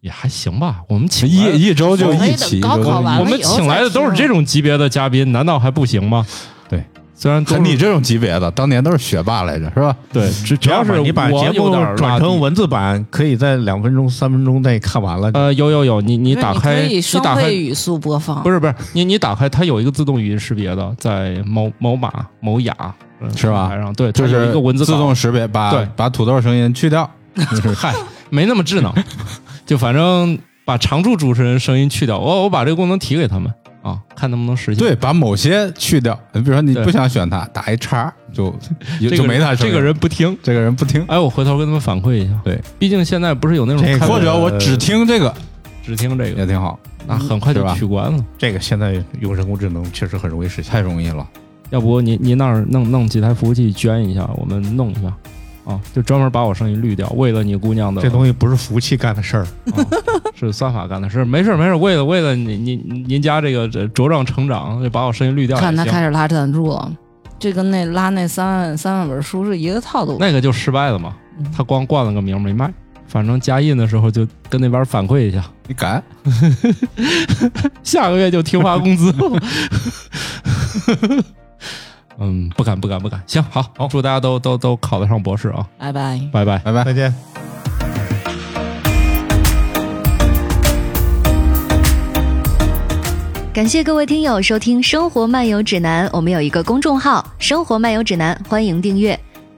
Speaker 1: 也还行吧，我们请
Speaker 2: 一
Speaker 1: 来的
Speaker 2: 一周就
Speaker 3: 我
Speaker 2: 一
Speaker 3: 也等
Speaker 2: 期，
Speaker 3: 高考完
Speaker 1: 我
Speaker 3: 了
Speaker 1: 们请来的都是这种级别的嘉宾，难道还不行吗？
Speaker 2: 对，
Speaker 1: 虽然都
Speaker 2: 就一
Speaker 1: 是
Speaker 2: 周你这种级别的，当年都是学霸来着，是吧？
Speaker 1: 对，只
Speaker 6: 主
Speaker 1: 只要
Speaker 6: 把
Speaker 1: 是
Speaker 6: 你把
Speaker 1: 我
Speaker 6: 节
Speaker 1: 有
Speaker 6: 目
Speaker 1: 点儿拉
Speaker 6: 转成
Speaker 1: 低
Speaker 6: 文字版，可以在两分钟、三分钟内看完了。
Speaker 1: 呃，有有有，你你
Speaker 3: 不是
Speaker 1: 打
Speaker 3: 可
Speaker 1: 开
Speaker 3: 以双
Speaker 1: 打开
Speaker 3: 倍语速播放，
Speaker 1: 不是不是，你你打开它有一个自动语音识别的，在某某马、某雅呃
Speaker 2: 是
Speaker 1: 平
Speaker 2: 吧
Speaker 1: 台上对，它
Speaker 2: 就
Speaker 1: 有
Speaker 2: 是
Speaker 1: 一个文字
Speaker 2: 自
Speaker 1: 稿
Speaker 2: 动识别，把
Speaker 1: 对
Speaker 2: 把土豆声音去 掉。
Speaker 1: 嗨，没那么智能，就反正把常驻主持人声音去掉，我我把这个功能提给他们啊，看能不能实现。
Speaker 2: 对，把某些去掉。比如说你
Speaker 1: 对
Speaker 2: 不想选他，打一叉 就
Speaker 1: 这个
Speaker 2: 就没他声
Speaker 1: 这
Speaker 2: 音
Speaker 1: 个，人不听。
Speaker 2: 这个人不听。
Speaker 1: 哎，我回头跟他们反馈一下。
Speaker 2: 对，
Speaker 1: 毕竟现在不是有那种
Speaker 6: 这个
Speaker 1: 开
Speaker 2: 或者我
Speaker 1: 呃
Speaker 2: 只听这个
Speaker 1: 只听这
Speaker 2: 也
Speaker 1: 个，
Speaker 2: 挺好，
Speaker 1: 那很快
Speaker 2: 是
Speaker 1: 就
Speaker 2: 吧
Speaker 1: 取关了。
Speaker 6: 这个现在用人工智能确实很容易实现。
Speaker 2: 太容易了。
Speaker 1: 要不您您那儿弄弄几台服务器捐一下，我们弄一下啊，就专门把我声音滤掉，为了你姑娘的
Speaker 6: 这东西不是服务器干的事儿，
Speaker 1: 是算法干的事，没事儿没事儿，为了为了您您您家这个这茁壮成长，就把我声音滤掉
Speaker 3: 看
Speaker 1: 也
Speaker 3: 他
Speaker 1: 行
Speaker 3: 开始拉赞助了，这跟那拉那三万三万本书是一个套路。
Speaker 1: 那个就失败了嘛
Speaker 3: 嗯。
Speaker 1: 他光冠了个名儿没卖，反正加印的时候就跟那边反馈一下，
Speaker 2: 你敢？
Speaker 1: 下个月就听发工资了。 嗯，不敢不敢不敢，行好，祝大家都都都考得上博士啊，
Speaker 3: 拜拜。
Speaker 1: 拜拜。
Speaker 2: 拜拜。
Speaker 6: 再见。
Speaker 4: 感谢各位听友收听《生活漫游指南》，我们有一个公众号《生活漫游指南》，欢迎订阅。